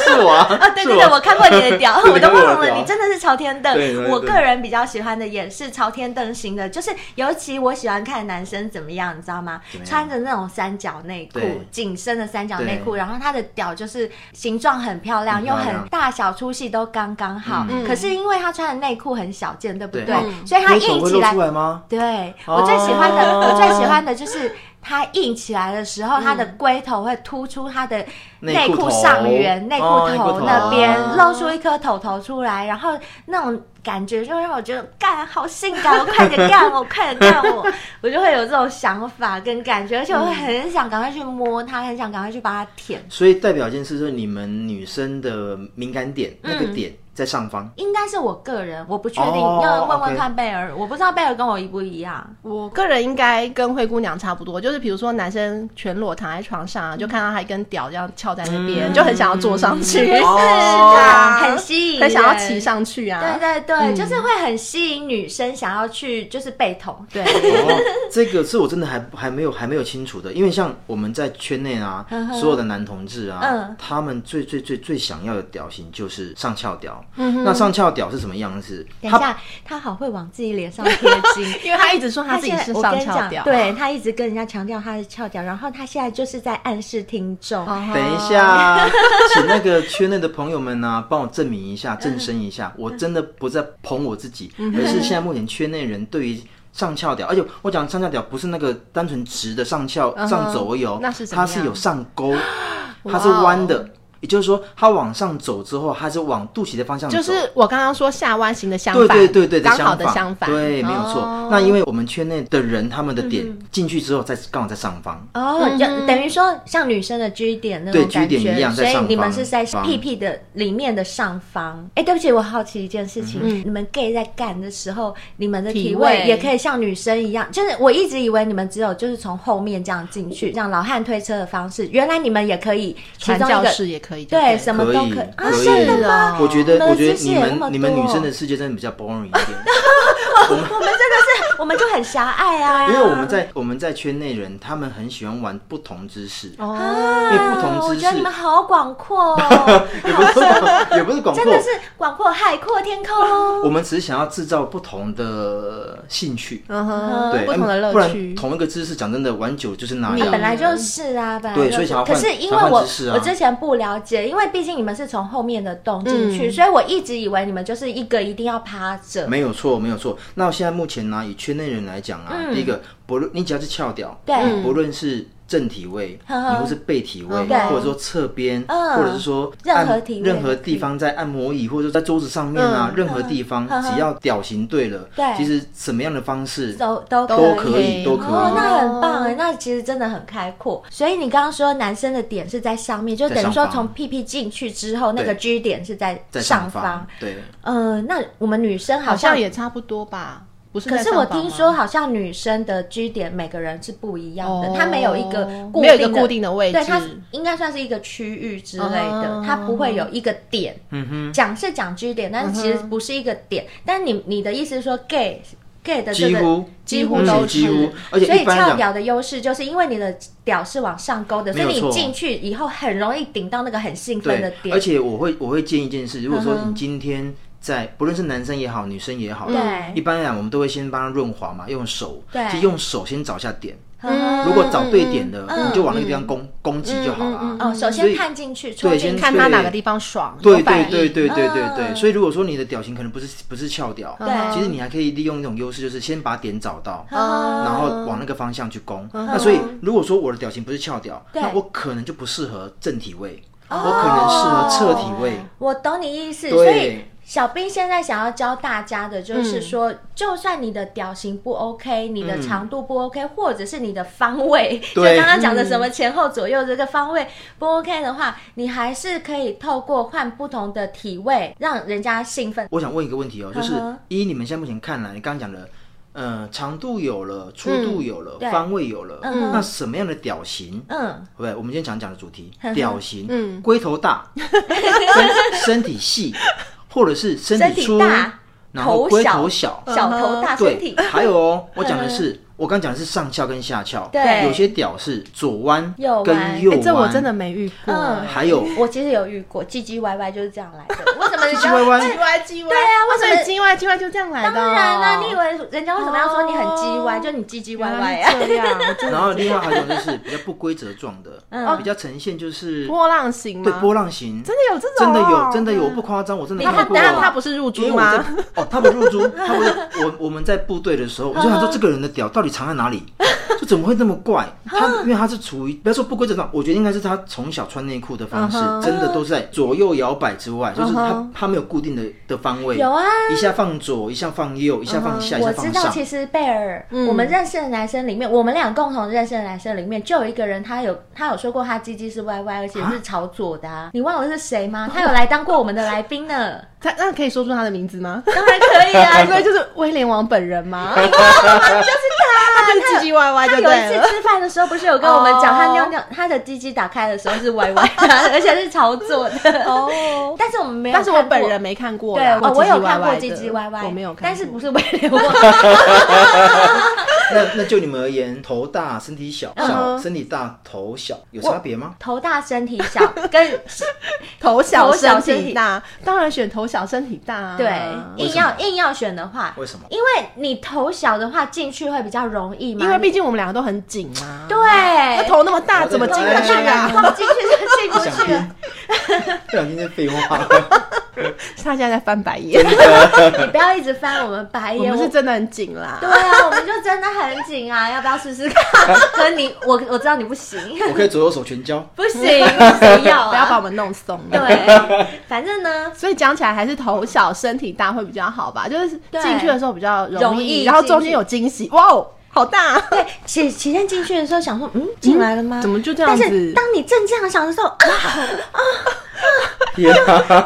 Speaker 4: 是我啊
Speaker 3: 啊，对对对，我看过你的屌，
Speaker 4: 对
Speaker 3: 我
Speaker 4: 你
Speaker 3: 都
Speaker 4: 看过我
Speaker 3: 忘
Speaker 4: 的屌
Speaker 3: 了，你真的是朝天
Speaker 4: 对对
Speaker 3: 灯。
Speaker 4: 对
Speaker 3: 我个人比较喜欢的也是朝天灯型的，就是尤其我喜欢看男生怎么样，你知道吗
Speaker 4: 怎么？样
Speaker 3: 穿着那种三角内裤
Speaker 4: 对，
Speaker 3: 紧身的三角内裤，
Speaker 4: 对
Speaker 3: 然后他的屌就是形状很漂亮，
Speaker 4: 很
Speaker 3: 又
Speaker 4: 漂亮嗯
Speaker 3: 很大小粗细都刚刚好。可是因为他穿的内裤很小件，对不
Speaker 4: 对
Speaker 3: 对？
Speaker 4: 嗯
Speaker 3: 哎所以他
Speaker 4: 那手
Speaker 3: 硬
Speaker 4: 会
Speaker 3: 起
Speaker 4: 露
Speaker 3: 来
Speaker 4: 出。来吗？
Speaker 3: 对
Speaker 4: 哦
Speaker 3: 我最喜欢的，我最喜欢的就是它硬起来的时候，它的龟头会突出它的
Speaker 4: 嗯内
Speaker 3: 内
Speaker 4: 裤头
Speaker 3: 裤上缘、内裤
Speaker 4: 哦内裤
Speaker 3: 头
Speaker 4: 头
Speaker 3: 那边
Speaker 2: 哦
Speaker 3: 露出一颗头头出来，然后那种感觉就让我觉得干好性感，我快点干我，快点干我，我就会有这种想法跟感觉，而且我会
Speaker 4: 嗯
Speaker 3: 很想赶快去摸它，很想赶快去把它舔。
Speaker 4: 所以代表一件事就是你们女生的敏感点，
Speaker 3: 嗯
Speaker 4: 那个点在上方。
Speaker 3: 应该是我个人，我不确定，
Speaker 4: 哦
Speaker 3: 要问问
Speaker 4: OK
Speaker 3: 看贝尔。我不知道贝尔跟我一不一样。
Speaker 2: 我个人应该跟灰姑娘差不多，就是比如说男生全裸躺在床上啊，就看到他一根屌这样翘在那边，就很想要坐上去，
Speaker 4: 哦
Speaker 2: 啊
Speaker 3: 很吸引，
Speaker 2: 很想要骑。上去啊。
Speaker 3: 对对对，就是会很吸引女生想要去，就是被捅。
Speaker 2: 对
Speaker 4: 哦，这个是我真的还还没有还没有清楚的，因为像我们在圈内啊，所有的男同志啊，
Speaker 3: 嗯
Speaker 4: 他们最最最最想要的屌型就是上翘屌。那上翘屌是什么样子？
Speaker 3: 嗯等一下，他好会往自己脸上贴金。
Speaker 2: 因为他一直说他自己是
Speaker 3: 现在
Speaker 2: 上翘
Speaker 3: 我跟你
Speaker 2: 屌，
Speaker 3: 讲，对他一直跟人家强调他是翘屌，然后他现在就是在暗示听众。
Speaker 2: 哦
Speaker 4: 等一下， 请那个圈内的朋友们呢、帮我证明一下、
Speaker 2: 嗯
Speaker 4: 证身一下，我真的不在捧我自己，而是现在目前圈内人对于上翘屌，而且我讲上翘屌不是那个单纯直的上翘、
Speaker 2: 嗯哼
Speaker 4: 上走而已哦，
Speaker 2: 那是怎么
Speaker 4: 它
Speaker 2: 样哦
Speaker 4: 是有上 勾，它是弯的，也就是说它往上走之后，它是往肚脐的方向走，
Speaker 2: 就是我刚刚说下弯型的相
Speaker 4: 对
Speaker 2: 反，
Speaker 4: 对对对的
Speaker 2: 刚好的
Speaker 4: 反，
Speaker 2: 相反，哦
Speaker 4: 对，没有错。那因为我们圈内的人他们的点
Speaker 2: 嗯
Speaker 4: 进去之后在刚好在上方，
Speaker 3: 哦，就等于说像女生的 G 点那种
Speaker 4: 嗯对
Speaker 3: 感
Speaker 4: G 点一
Speaker 3: 觉，
Speaker 4: 样在
Speaker 3: 所以
Speaker 4: 上方
Speaker 3: 你们是在屁屁的里面的上方。哎，对不起，我好奇一件事情，
Speaker 4: 嗯
Speaker 3: 你们 gay 在干的时候，你们的体
Speaker 2: 体
Speaker 3: 位
Speaker 2: 位
Speaker 3: 也可以像女生一样，就是我一直以为你们只有就是从后面这样进去，像老汉推车的方式，原来你们也可以其
Speaker 2: 传
Speaker 3: 中一
Speaker 2: 教
Speaker 3: 个
Speaker 2: 士也可以，
Speaker 3: 对
Speaker 2: 对，
Speaker 3: 什么
Speaker 4: 可以
Speaker 3: 都
Speaker 4: 可
Speaker 3: 可
Speaker 4: 以，
Speaker 3: 啊，真的吗？
Speaker 4: 我觉得，
Speaker 3: 我
Speaker 4: 我
Speaker 3: 们
Speaker 4: 觉
Speaker 3: 的
Speaker 4: 得
Speaker 3: 知识
Speaker 4: 你
Speaker 3: 哦也那么
Speaker 4: 们你们女
Speaker 3: 多
Speaker 4: 生的世界真的比较 boring 一点，
Speaker 3: 我们真的是，我们就很狭隘啊，
Speaker 4: 因为我们在我们在圈内人，他们很喜欢玩不同姿势，
Speaker 2: 哦，
Speaker 4: 因为
Speaker 3: 啊
Speaker 4: 不同
Speaker 3: 我
Speaker 4: 姿
Speaker 3: 觉得你
Speaker 4: 势
Speaker 3: 们好广阔哦，
Speaker 4: 也不是 也不是广
Speaker 3: 真
Speaker 4: 阔
Speaker 3: 的，是广阔海阔天空。
Speaker 4: 我们只是想要制造不同的兴趣，
Speaker 2: 嗯哼，
Speaker 4: 对，
Speaker 2: 不同的
Speaker 4: 不
Speaker 2: 乐趣
Speaker 4: 然，同一个姿势讲真的玩久就是那
Speaker 3: 啊
Speaker 4: 样，
Speaker 3: 本来就是啊，本来
Speaker 4: 对
Speaker 3: 就是
Speaker 4: 所以想要
Speaker 3: 可
Speaker 4: 换
Speaker 3: 是因为
Speaker 4: 想要
Speaker 3: 我、
Speaker 4: 换姿势啊
Speaker 3: 我之前不了解，因为毕竟你们是从后面的洞进去，所以我一直以为你们就是一个一定要趴着。
Speaker 4: 没有错，没有错。那现在目前呢、以圈内人来讲啊，第一个，不论你只要是翘屌，
Speaker 3: 嗯对
Speaker 4: 你不论是正体位，
Speaker 3: 呵呵嗯
Speaker 4: 你或是背体位，
Speaker 3: 对
Speaker 4: 或者说侧边，
Speaker 3: 嗯
Speaker 4: 或者是说
Speaker 3: 任
Speaker 4: 按
Speaker 3: 何体位
Speaker 4: 任何地方在按摩椅或者在桌子上面啊，任何地方
Speaker 3: 嗯呵呵
Speaker 4: 只要屌型对了，
Speaker 3: 对
Speaker 4: 其实什么样的方式
Speaker 3: 都都
Speaker 4: 都
Speaker 3: 可
Speaker 4: 可
Speaker 2: 以
Speaker 4: 以，都可
Speaker 3: 哦，
Speaker 4: 以。
Speaker 3: 那很棒哎，那其实真的很开阔。所以你刚刚说男生的点是在上面，就等于
Speaker 4: 在
Speaker 3: 说
Speaker 4: 上方
Speaker 3: 从屁屁进去之后，那个
Speaker 4: 对
Speaker 3: G 点是在
Speaker 4: 在
Speaker 3: 上
Speaker 4: 方，对，
Speaker 3: 呃，那我们女生
Speaker 2: 好
Speaker 3: 好像
Speaker 2: 像也差不多吧，不是？
Speaker 3: 可是我听
Speaker 2: 啊
Speaker 3: 说。好像女生的居点每个人是不一样的，
Speaker 2: 哦
Speaker 3: 它没有一个固定的
Speaker 2: 没有一个固定的位置
Speaker 3: 对，它应该算是一个区域之类的，
Speaker 2: 哦
Speaker 3: 它不会有一个点。
Speaker 4: 嗯
Speaker 3: 讲是讲居点，但是其实不是一个点。但你你的意思是说 gay gay 的这
Speaker 4: 几
Speaker 3: 个
Speaker 4: 乎
Speaker 2: 几乎
Speaker 4: 嗯
Speaker 2: 都是
Speaker 4: 几乎，而且
Speaker 3: 所以
Speaker 4: 一般来
Speaker 3: 翘
Speaker 4: 讲。
Speaker 3: 屌的优势就是因为你的屌是往上勾的，所
Speaker 4: 没
Speaker 3: 以
Speaker 4: 有
Speaker 3: 你
Speaker 4: 错
Speaker 3: 进去以后很容易顶到那个很兴奋的
Speaker 4: 对，
Speaker 3: 点。
Speaker 4: 而且我会我会建议一件事，如果说
Speaker 3: 嗯哼嗯
Speaker 4: 你今天在不论是男生也好，女生也好，
Speaker 3: 对
Speaker 4: 一般来讲我们都会先帮他润滑嘛，用手，
Speaker 3: 对
Speaker 4: 其实用手先找一下点，
Speaker 3: 嗯
Speaker 4: 如果找对点的，
Speaker 3: 嗯
Speaker 4: 你就往那个地方攻攻击就好了
Speaker 2: 嗯嗯
Speaker 4: 啊。
Speaker 3: 哦，首
Speaker 4: 所
Speaker 3: 先
Speaker 4: 以
Speaker 3: 探进去，戳
Speaker 4: 对
Speaker 3: 进
Speaker 4: 先
Speaker 3: 去
Speaker 2: 看他哪个地方爽，
Speaker 4: 对
Speaker 2: 有反
Speaker 4: 对
Speaker 2: 应
Speaker 4: 对对对对
Speaker 3: 嗯
Speaker 4: 对，所以如果说你的表情可能不是不是翘屌，
Speaker 3: 对
Speaker 4: 其实你还可以利用一种优势，就是先把点找到，
Speaker 3: 嗯
Speaker 4: 然后往那个方向去攻。那所以如果说我的表情不是翘屌，
Speaker 3: 对哦
Speaker 4: 那我可能就不适合正体位，我可能适合侧体位。
Speaker 3: 我懂你意思，
Speaker 4: 对
Speaker 3: 所以小兵现在想要教大家的
Speaker 4: 嗯
Speaker 3: 就是说，就算你的屌型不 OK，你的长度不 OK，、或者是你的方位，就
Speaker 4: 对
Speaker 3: 刚刚讲的什么前后左右这个方位不 OK 的话，你还是可以透过换不同的体位，让人家兴奋。
Speaker 4: 我想问一个问题哦，就是
Speaker 3: 嗯哼
Speaker 4: 依你们现在目前看来，你刚刚讲的，呃，长度有了，粗度有
Speaker 3: 嗯
Speaker 4: 了，
Speaker 3: 对
Speaker 4: 方位有了，
Speaker 3: 嗯哼
Speaker 4: 那什么样的屌型？
Speaker 3: 嗯，
Speaker 4: 对不对？我们今天想讲的主 题
Speaker 3: 哼，
Speaker 4: 屌型，
Speaker 2: 嗯
Speaker 4: 龟头大， 身身体细，或者是身
Speaker 3: 身
Speaker 4: 体
Speaker 3: 体
Speaker 4: 粗，
Speaker 3: 大，
Speaker 4: 然后龟头小，
Speaker 3: 小头大，身体嗯
Speaker 4: 对，还有哦，我讲的是，我刚讲的是上翘跟下翘，
Speaker 3: 对
Speaker 4: 有些屌是左弯
Speaker 3: 右弯
Speaker 4: 跟右
Speaker 2: 哎
Speaker 4: 弯，
Speaker 2: 这我真的没遇过。
Speaker 3: 嗯
Speaker 4: 还哦有
Speaker 3: 我其实有遇过唧唧歪歪就是这样来的，为什么人
Speaker 4: 唧
Speaker 3: 家
Speaker 4: 唧歪歪
Speaker 2: 唧。歪唧歪，
Speaker 3: 对啊为什么
Speaker 2: 哦所以唧歪唧歪就这样来的？
Speaker 3: 当然啦，你以为人家为什么要说你很叽歪？就你唧唧歪歪啊？
Speaker 2: 原来是这样，我真的
Speaker 4: 然后另外还有就是比较不规则状的，
Speaker 3: 嗯
Speaker 4: 比较呈现就是
Speaker 2: 波浪形吗？
Speaker 4: 对波浪型，
Speaker 2: 真的有这种
Speaker 4: 真
Speaker 2: 哦，
Speaker 4: 的有，真的有，我不夸张，我真的
Speaker 3: 你
Speaker 4: 看
Speaker 3: 看
Speaker 4: 过。啊
Speaker 2: 但他不是入
Speaker 4: 因
Speaker 2: 猪
Speaker 4: 为我在
Speaker 2: 吗？
Speaker 4: 哦，他不入猪，他不是我我们在部队的时候，我就想说这个人的屌到底底藏在哪里？就怎么会那么怪？ 他因为他是处于不要说不规则状，我觉得应该是他从小穿内裤的方式
Speaker 2: 嗯哼
Speaker 4: 真的都是在左右摇摆之外，就是
Speaker 2: 嗯
Speaker 4: 他
Speaker 2: 哼
Speaker 4: 他没有固定的的方位，
Speaker 3: 有啊嗯
Speaker 4: 一下放左，一下放右，一下放下，一
Speaker 3: 我
Speaker 4: 下
Speaker 3: 知
Speaker 4: 放
Speaker 3: 道，
Speaker 4: 上
Speaker 3: 其。实贝尔，
Speaker 2: 嗯
Speaker 3: 我们认识的男生里面，我们俩共同认识的男生里面，就有一个人，他有他有说过他鸡鸡是歪歪，而且是朝左的、啊。你忘了是谁吗？ 他有来当过我们的来宾呢。
Speaker 2: 他那可以说出他的名字吗？
Speaker 3: 当然可以啊，
Speaker 2: 所以就是威廉王本人吗？就是他，他就是唧唧歪歪就
Speaker 3: 他
Speaker 2: 对
Speaker 3: 有一次
Speaker 2: 了。
Speaker 3: 吃饭的时候，不是有跟我们讲，
Speaker 2: 哦
Speaker 3: 他尿尿，他的鸡鸡打开的时候是歪歪的， 而且是朝左的。
Speaker 2: 哦，
Speaker 3: 但是我们没有，
Speaker 2: 但是我本人。没看过
Speaker 3: 对，
Speaker 2: 啦。
Speaker 3: 哦，我
Speaker 2: 唧唧
Speaker 3: 有
Speaker 2: 歪
Speaker 3: 看过
Speaker 2: 歪
Speaker 3: 唧
Speaker 2: 的
Speaker 3: 唧歪歪，
Speaker 2: 我没有看过，
Speaker 3: 但是不是威廉王？
Speaker 4: 那那就你们而言，头大身体小，
Speaker 2: 嗯
Speaker 4: 小
Speaker 2: 哼
Speaker 4: 身体大头小有差别吗？
Speaker 3: 头大身体小，跟
Speaker 2: 头小
Speaker 3: 头小
Speaker 2: 身
Speaker 3: 身
Speaker 2: 体
Speaker 3: 体
Speaker 2: 大，当然选头小身体大 啊。
Speaker 3: 对，硬要硬要选的话，
Speaker 4: 为什么
Speaker 3: 因为你头小的话进去会比较容易嘛，
Speaker 2: 因为毕竟我们两个都很紧啊。
Speaker 3: 对，
Speaker 2: 那头那么大，怎么进得去
Speaker 4: 哎
Speaker 2: 啊？
Speaker 3: 碰进去就进不去了。
Speaker 4: 不想听这废话，
Speaker 2: 他现在在翻白眼，
Speaker 3: 你不要一直翻我们白
Speaker 2: 我
Speaker 3: 眼，
Speaker 2: 们是
Speaker 3: 我
Speaker 2: 真的很紧啦
Speaker 3: 对。啊，我们就真的很紧啊，要不要试 试看？可是你，我我知道你不行，
Speaker 4: 我可以左右手全交。
Speaker 3: 不行，谁要啊？
Speaker 2: 不要把我们弄松。
Speaker 3: 对，反正呢，
Speaker 2: 所以讲起来还是头小身体大会比较好吧，就是
Speaker 3: 对
Speaker 2: 进去的时候比较容
Speaker 3: 容
Speaker 2: 易，
Speaker 3: 易
Speaker 2: 然后中间有惊喜，哇哦，好大啊！
Speaker 3: 对，起起先进去的时候想说，嗯，进来了吗？
Speaker 2: 怎么就这样
Speaker 3: 但是
Speaker 2: 子？
Speaker 3: 当你正这样想的时候，啊，
Speaker 4: 天啊！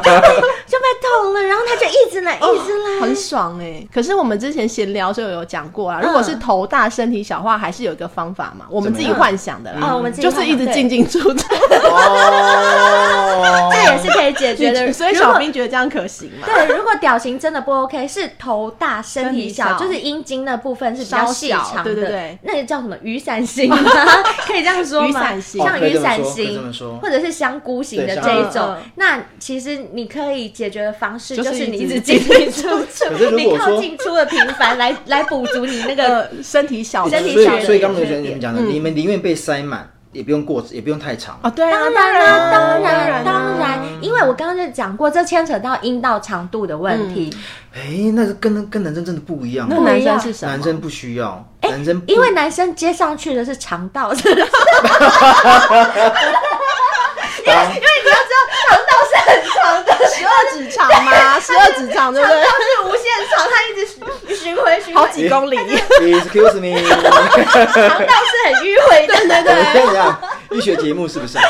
Speaker 3: 就被捅了，然后他就一直来，一直来，
Speaker 2: 哦很爽哎、可是我们之前闲聊就有讲过
Speaker 3: 嗯
Speaker 2: 啊，如果是头大身体小的话，还是有一个方法嘛，我们自己幻想的啦，
Speaker 3: 哦，我们自己
Speaker 2: 就是一直
Speaker 3: 对
Speaker 2: 进进出出。
Speaker 4: 哦，
Speaker 3: 这也是可以解决 的。
Speaker 2: 所以
Speaker 3: 如果
Speaker 2: 小兵觉得这样可行吗？
Speaker 3: 对，如果屌型真的不 OK，是头大身体
Speaker 2: 身
Speaker 3: 小，
Speaker 2: 体小
Speaker 3: 就是阴茎那部分是比较细
Speaker 2: 稍小
Speaker 3: 长的，
Speaker 2: 对对对
Speaker 3: 那个叫什么雨伞型吗？ 可以这样说吗？
Speaker 2: 雨伞型
Speaker 3: 像
Speaker 4: 哦可以
Speaker 3: 雨
Speaker 4: 这么
Speaker 3: 伞
Speaker 4: 说可以这么
Speaker 3: 型
Speaker 4: 说，
Speaker 3: 或者是香菇型的
Speaker 4: 对
Speaker 3: 这一
Speaker 2: 香
Speaker 3: 种
Speaker 2: 菇嗯嗯。
Speaker 3: 那其实你可以解决的方式
Speaker 2: 就
Speaker 3: 就是是你
Speaker 2: 一
Speaker 3: 一
Speaker 2: 直
Speaker 3: 直进 进出
Speaker 4: 可是
Speaker 3: 出，
Speaker 4: 如
Speaker 3: 你
Speaker 4: 果
Speaker 3: 靠
Speaker 4: 说
Speaker 3: 进出的频繁来 来补足你那个。
Speaker 2: 呃，身体小的
Speaker 3: 身体
Speaker 4: 所
Speaker 3: 小
Speaker 4: 以
Speaker 3: 的
Speaker 4: 所以刚
Speaker 3: 有嗯
Speaker 4: 才
Speaker 3: 缺
Speaker 4: 你们
Speaker 3: 点
Speaker 4: 讲的，你们宁愿被塞满，也不用过，也不用太长。
Speaker 2: 哦，对啊，
Speaker 3: 当然啦，嗯当
Speaker 2: 当
Speaker 3: 然，
Speaker 2: 啊
Speaker 3: 当然，因为我刚刚就讲过，这牵扯到阴道长度的问题。
Speaker 4: 哎，那个跟跟男生真的不一样啊
Speaker 2: 那
Speaker 3: 不，
Speaker 2: 男
Speaker 3: 一
Speaker 2: 生
Speaker 3: 样
Speaker 2: 是什么？
Speaker 4: 男生不需要，男生不
Speaker 3: 哎因为男生接上去的是肠道，是不是因为因为你要知道肠道是很长的，
Speaker 2: 十二指肠 吗？十二指肠对不
Speaker 3: 肠
Speaker 2: 对
Speaker 3: 道？是无限长，它一直循循环循
Speaker 2: 好
Speaker 3: 环，
Speaker 2: 几 公里，
Speaker 4: Excuse me，
Speaker 3: 肠道是很迂回的。
Speaker 2: 对
Speaker 4: 我跟你讲，医学节目 是不是啊？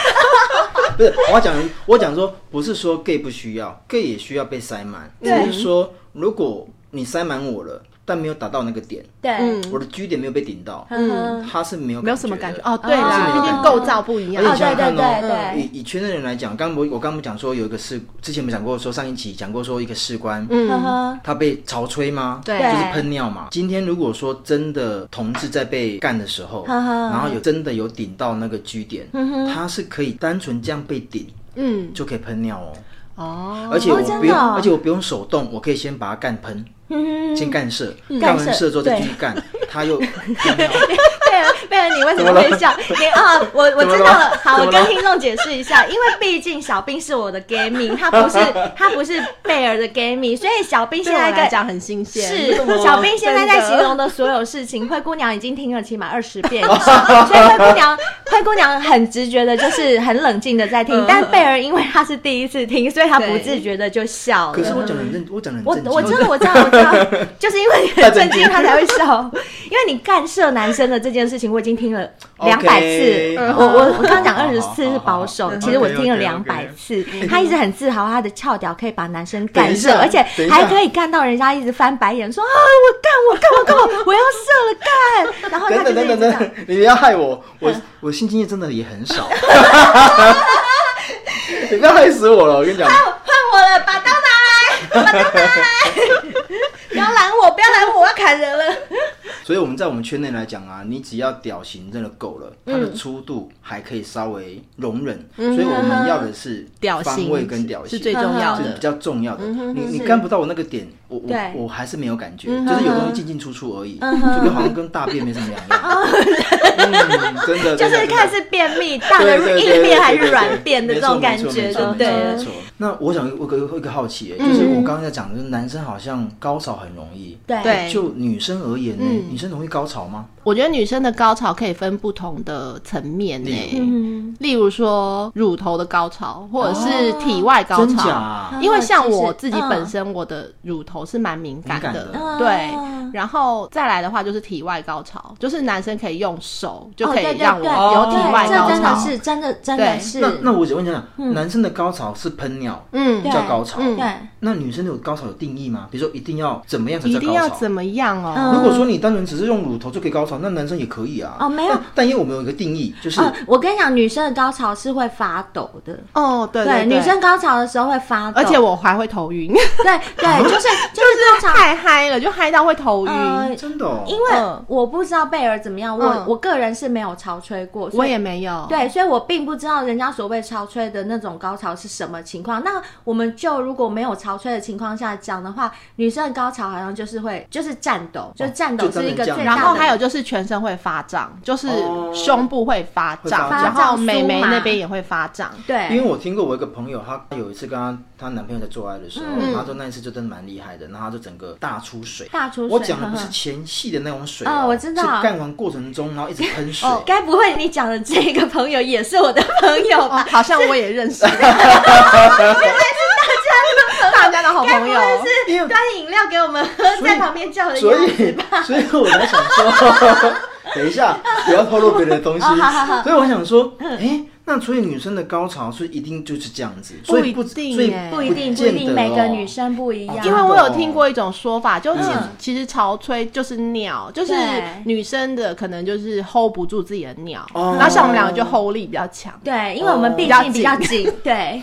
Speaker 4: 不是，我要讲，我讲说，不是说 gay 不需要，gay 也需要被塞满，只
Speaker 3: 对
Speaker 4: 是说如果你塞满我了，但没有打到那个点，
Speaker 3: 对，
Speaker 2: 嗯
Speaker 4: 我的 G 点没有被顶到，
Speaker 3: 嗯，
Speaker 4: 他是没有
Speaker 2: 没有什么感觉
Speaker 4: 的
Speaker 2: 哦。对啦，
Speaker 4: 是没
Speaker 2: 毕
Speaker 4: 有
Speaker 2: 竟
Speaker 4: 感觉
Speaker 2: 构造不一样
Speaker 4: 而且
Speaker 3: 哦
Speaker 4: 你。想想看
Speaker 3: 对对
Speaker 4: 哦，
Speaker 3: 对对
Speaker 4: 以以圈内人来讲，刚我我刚不讲说有一个士，之前没讲过说上一集讲过说一个士官，
Speaker 3: 呵
Speaker 2: 嗯，
Speaker 3: 呵，
Speaker 4: 他被潮吹吗？
Speaker 2: 对
Speaker 4: 就是
Speaker 3: 哎
Speaker 4: 喷尿嘛。今天如果说真的同志在被干的时候，
Speaker 3: 呵呵嗯
Speaker 4: 然后有真的有顶到那个居点，他是可以单纯这样被顶
Speaker 2: 嗯，
Speaker 4: 就可以喷尿哦，
Speaker 2: 哦，
Speaker 4: 而且我不
Speaker 3: 真
Speaker 4: 用
Speaker 3: 的哦，
Speaker 4: 而且我不用手动，我可以先把它干喷，
Speaker 3: 嗯，
Speaker 4: 先干射，干
Speaker 3: 干
Speaker 4: 完
Speaker 3: 射
Speaker 4: 射之后再继续
Speaker 3: 对
Speaker 4: 干，他 又喷尿。
Speaker 3: 贝尔，贝尔，你为什么会笑？你啊，我我知道了。好，我跟听众解释一下，因为毕竟小兵是我的 gay 蜜，他不是他不是贝尔的 gay 蜜，所以小兵现
Speaker 2: 对我
Speaker 3: 在
Speaker 2: 来
Speaker 3: 跟
Speaker 2: 讲很新鲜，
Speaker 3: 是小兵现在在形容的所有事情，灰姑娘已经听了起码二十 遍以上，所以灰姑娘灰姑娘很直觉的，就是很冷静的在听
Speaker 2: 嗯，
Speaker 3: 但贝尔因为她是第一次听，所以她不
Speaker 2: 对
Speaker 3: 自觉的就笑
Speaker 4: 可是
Speaker 3: 了。
Speaker 4: 我讲的很认，我讲的很
Speaker 3: 我
Speaker 4: 正经。
Speaker 3: 我知道我知道我知道，就是因为你
Speaker 4: 太
Speaker 3: 很
Speaker 4: 震
Speaker 3: 震
Speaker 4: 惊
Speaker 3: 惊，他才会笑。因为你干涉男生的这件事情，我已经听了两百次
Speaker 4: OK，。
Speaker 3: 我我我刚讲
Speaker 4: 好
Speaker 3: 二
Speaker 4: 好
Speaker 3: 十
Speaker 4: 好
Speaker 3: 次是保守
Speaker 4: 好好，
Speaker 3: 其实我
Speaker 4: OK，OK，OK
Speaker 3: 听了两百次。他一直很自豪，他的翘屌可以把男生
Speaker 4: 等
Speaker 3: 干
Speaker 4: 一
Speaker 3: 涉，
Speaker 4: 下
Speaker 3: 而且
Speaker 4: 等一下
Speaker 3: 还可以干到人家一直翻白眼说啊，我干我干我干我我要射了干，然后
Speaker 4: 等
Speaker 3: 他就是
Speaker 4: 等等
Speaker 3: 一直
Speaker 4: 等
Speaker 3: 这样嗯
Speaker 4: 等，你不要害我，我我性经验真的也很少。 你不要害死我了，我跟你讲，
Speaker 3: 换我了，把刀拿来，把刀拿来，不要拦我，不要拦我，我要砍人了。
Speaker 4: 所以我们在我们圈内来讲啊，你只要屌型真的够了，它的粗度还可以稍微容忍，所以我们要的是
Speaker 2: 屌
Speaker 4: 方
Speaker 2: 型
Speaker 4: 位跟屌型
Speaker 2: 嗯是最重要
Speaker 4: 是比
Speaker 2: 的。
Speaker 4: 较重要的。你你干不到我那个点，我我
Speaker 3: 对
Speaker 4: 我还是没有感觉，就是有东西进进出出而已，就跟好像跟大便没什么两样。嗯，真的，
Speaker 3: 就
Speaker 4: 真
Speaker 3: 是
Speaker 4: 的
Speaker 3: 看是便秘大
Speaker 4: 对
Speaker 3: 的
Speaker 4: 对
Speaker 3: 硬
Speaker 4: 对
Speaker 3: 便还
Speaker 4: 对
Speaker 3: 是
Speaker 4: 对
Speaker 3: 软
Speaker 4: 对
Speaker 3: 便的
Speaker 4: 没
Speaker 3: 这
Speaker 4: 错
Speaker 3: 种感
Speaker 4: 没错
Speaker 3: 觉，
Speaker 4: 没
Speaker 3: 对
Speaker 4: 错
Speaker 3: 不
Speaker 4: 没错
Speaker 3: 对嗯
Speaker 4: 没？错那我想我个我有一个好奇耶，就是我刚才讲，就是男生好像高潮很容易，
Speaker 3: 对
Speaker 4: 哎
Speaker 3: 嗯
Speaker 2: 对
Speaker 4: 就女生而言呢，女生容易高潮吗？
Speaker 2: 我觉得女生的高潮可以分不同的层面呢、
Speaker 4: 例如
Speaker 3: 嗯，
Speaker 2: 例如说乳头的高潮，或者是体外高
Speaker 4: 哦真
Speaker 2: 潮。
Speaker 4: 假啊？
Speaker 2: 因为像
Speaker 3: 就是
Speaker 2: 我自己本
Speaker 3: 嗯
Speaker 2: 身，我的乳头是蛮敏感的，
Speaker 4: 敏感
Speaker 3: 的
Speaker 2: 对
Speaker 3: 啊。
Speaker 2: 然后再来的话就是体外高潮，就是男生可以用手就
Speaker 3: 哦
Speaker 2: 可
Speaker 3: 对
Speaker 2: 以
Speaker 3: 对
Speaker 2: 让我
Speaker 3: 对
Speaker 2: 有体
Speaker 3: 对
Speaker 2: 外
Speaker 3: 这
Speaker 2: 高
Speaker 3: 真的
Speaker 2: 潮。
Speaker 3: 是真的真的
Speaker 2: 对
Speaker 3: 是，嗯
Speaker 4: 那那我想问一下，男生的高潮是喷尿
Speaker 2: 嗯，
Speaker 3: 对
Speaker 4: 叫高潮，
Speaker 2: 嗯
Speaker 3: 对。
Speaker 4: 那女生有高潮有定义吗？比如说一定要怎么样才
Speaker 2: 一
Speaker 4: 叫
Speaker 2: 定
Speaker 4: 高
Speaker 2: 要
Speaker 4: 潮？
Speaker 2: 怎么样哦？
Speaker 3: 嗯
Speaker 4: 如果说你单纯只是用乳头就可以高潮，那男生也可以啊。
Speaker 3: 哦没有
Speaker 4: 但，但因为我们有一个定义，就是
Speaker 3: 哦，我跟你讲，女生的高潮是会发抖的。
Speaker 2: 哦，对对，
Speaker 3: 女生，高潮的时候会发抖，
Speaker 2: 而且我还会头晕，
Speaker 3: 对对，就是就是高潮
Speaker 2: 太嗨了，就嗨到会头晕。
Speaker 3: 呃
Speaker 4: 真的、哦，
Speaker 3: 因为
Speaker 2: 嗯
Speaker 3: 我不知道贝尔怎么样，我、
Speaker 2: 嗯
Speaker 3: 我个人是没有潮吹过，所
Speaker 2: 我
Speaker 3: 以
Speaker 2: 也没有，
Speaker 3: 对，所以我并不知道人家所谓潮吹的那种高潮是什么情况。那我们就如果没有潮吹的情况下讲的话，女生的高潮好像就是会就是颤抖，就颤抖
Speaker 4: 就真
Speaker 3: 是
Speaker 4: 的
Speaker 3: 一个
Speaker 4: 这样
Speaker 3: 最
Speaker 4: 子
Speaker 2: 然
Speaker 3: 大
Speaker 2: 后
Speaker 3: 的。
Speaker 2: 还有就是全身会发胀，就是
Speaker 4: 哦
Speaker 2: 胸部会发
Speaker 4: 会发
Speaker 2: 胀，
Speaker 4: 胀
Speaker 2: 然后美眉
Speaker 3: 发胀酥麻
Speaker 2: 那边也会发胀。
Speaker 4: 因为
Speaker 3: 对，
Speaker 4: 我听过我一个朋友，她有一次跟她她男朋友在做爱的时候，
Speaker 2: 嗯
Speaker 4: 她说那一次就真的蛮厉害的，然后她就整个大出水。
Speaker 3: 大出水
Speaker 4: 我讲的不
Speaker 3: 呵
Speaker 4: 是
Speaker 3: 呵
Speaker 4: 前戏的那种水
Speaker 3: 哦我知道
Speaker 4: 是干完过程中然后一直喷 水。哦
Speaker 3: 哦该不会你讲的这个朋友也是我的朋友吧？
Speaker 2: 哦，好像我也认 识，原来是大家的好朋友。
Speaker 4: 因为
Speaker 3: 端饮料给我们喝，在旁边叫的
Speaker 4: 所
Speaker 3: 样子
Speaker 4: 以
Speaker 3: 吧。
Speaker 4: 所以我才想说， 等一下不要透露别的东西。
Speaker 3: 哦好好好嗯
Speaker 4: 所以我想说，哎、那所以女生的高潮是一定就是这样子，所以
Speaker 2: 不
Speaker 4: 不
Speaker 2: 一定
Speaker 4: 所以
Speaker 2: 耶
Speaker 3: 不一定，不
Speaker 4: 见
Speaker 3: 一定，
Speaker 4: 得
Speaker 3: 每个
Speaker 4: 哦
Speaker 3: 女生不一样。
Speaker 2: 因为我有听过一种说法，就是其
Speaker 4: 嗯
Speaker 2: 其实潮吹就是尿，就是
Speaker 3: 对
Speaker 2: 女生的可能就是 hold 不住自己的尿，
Speaker 4: 哦
Speaker 2: 然后像我们两个就 hold 力比较强。
Speaker 3: 对，因为我们毕
Speaker 2: 比较
Speaker 3: 竟比较紧，对。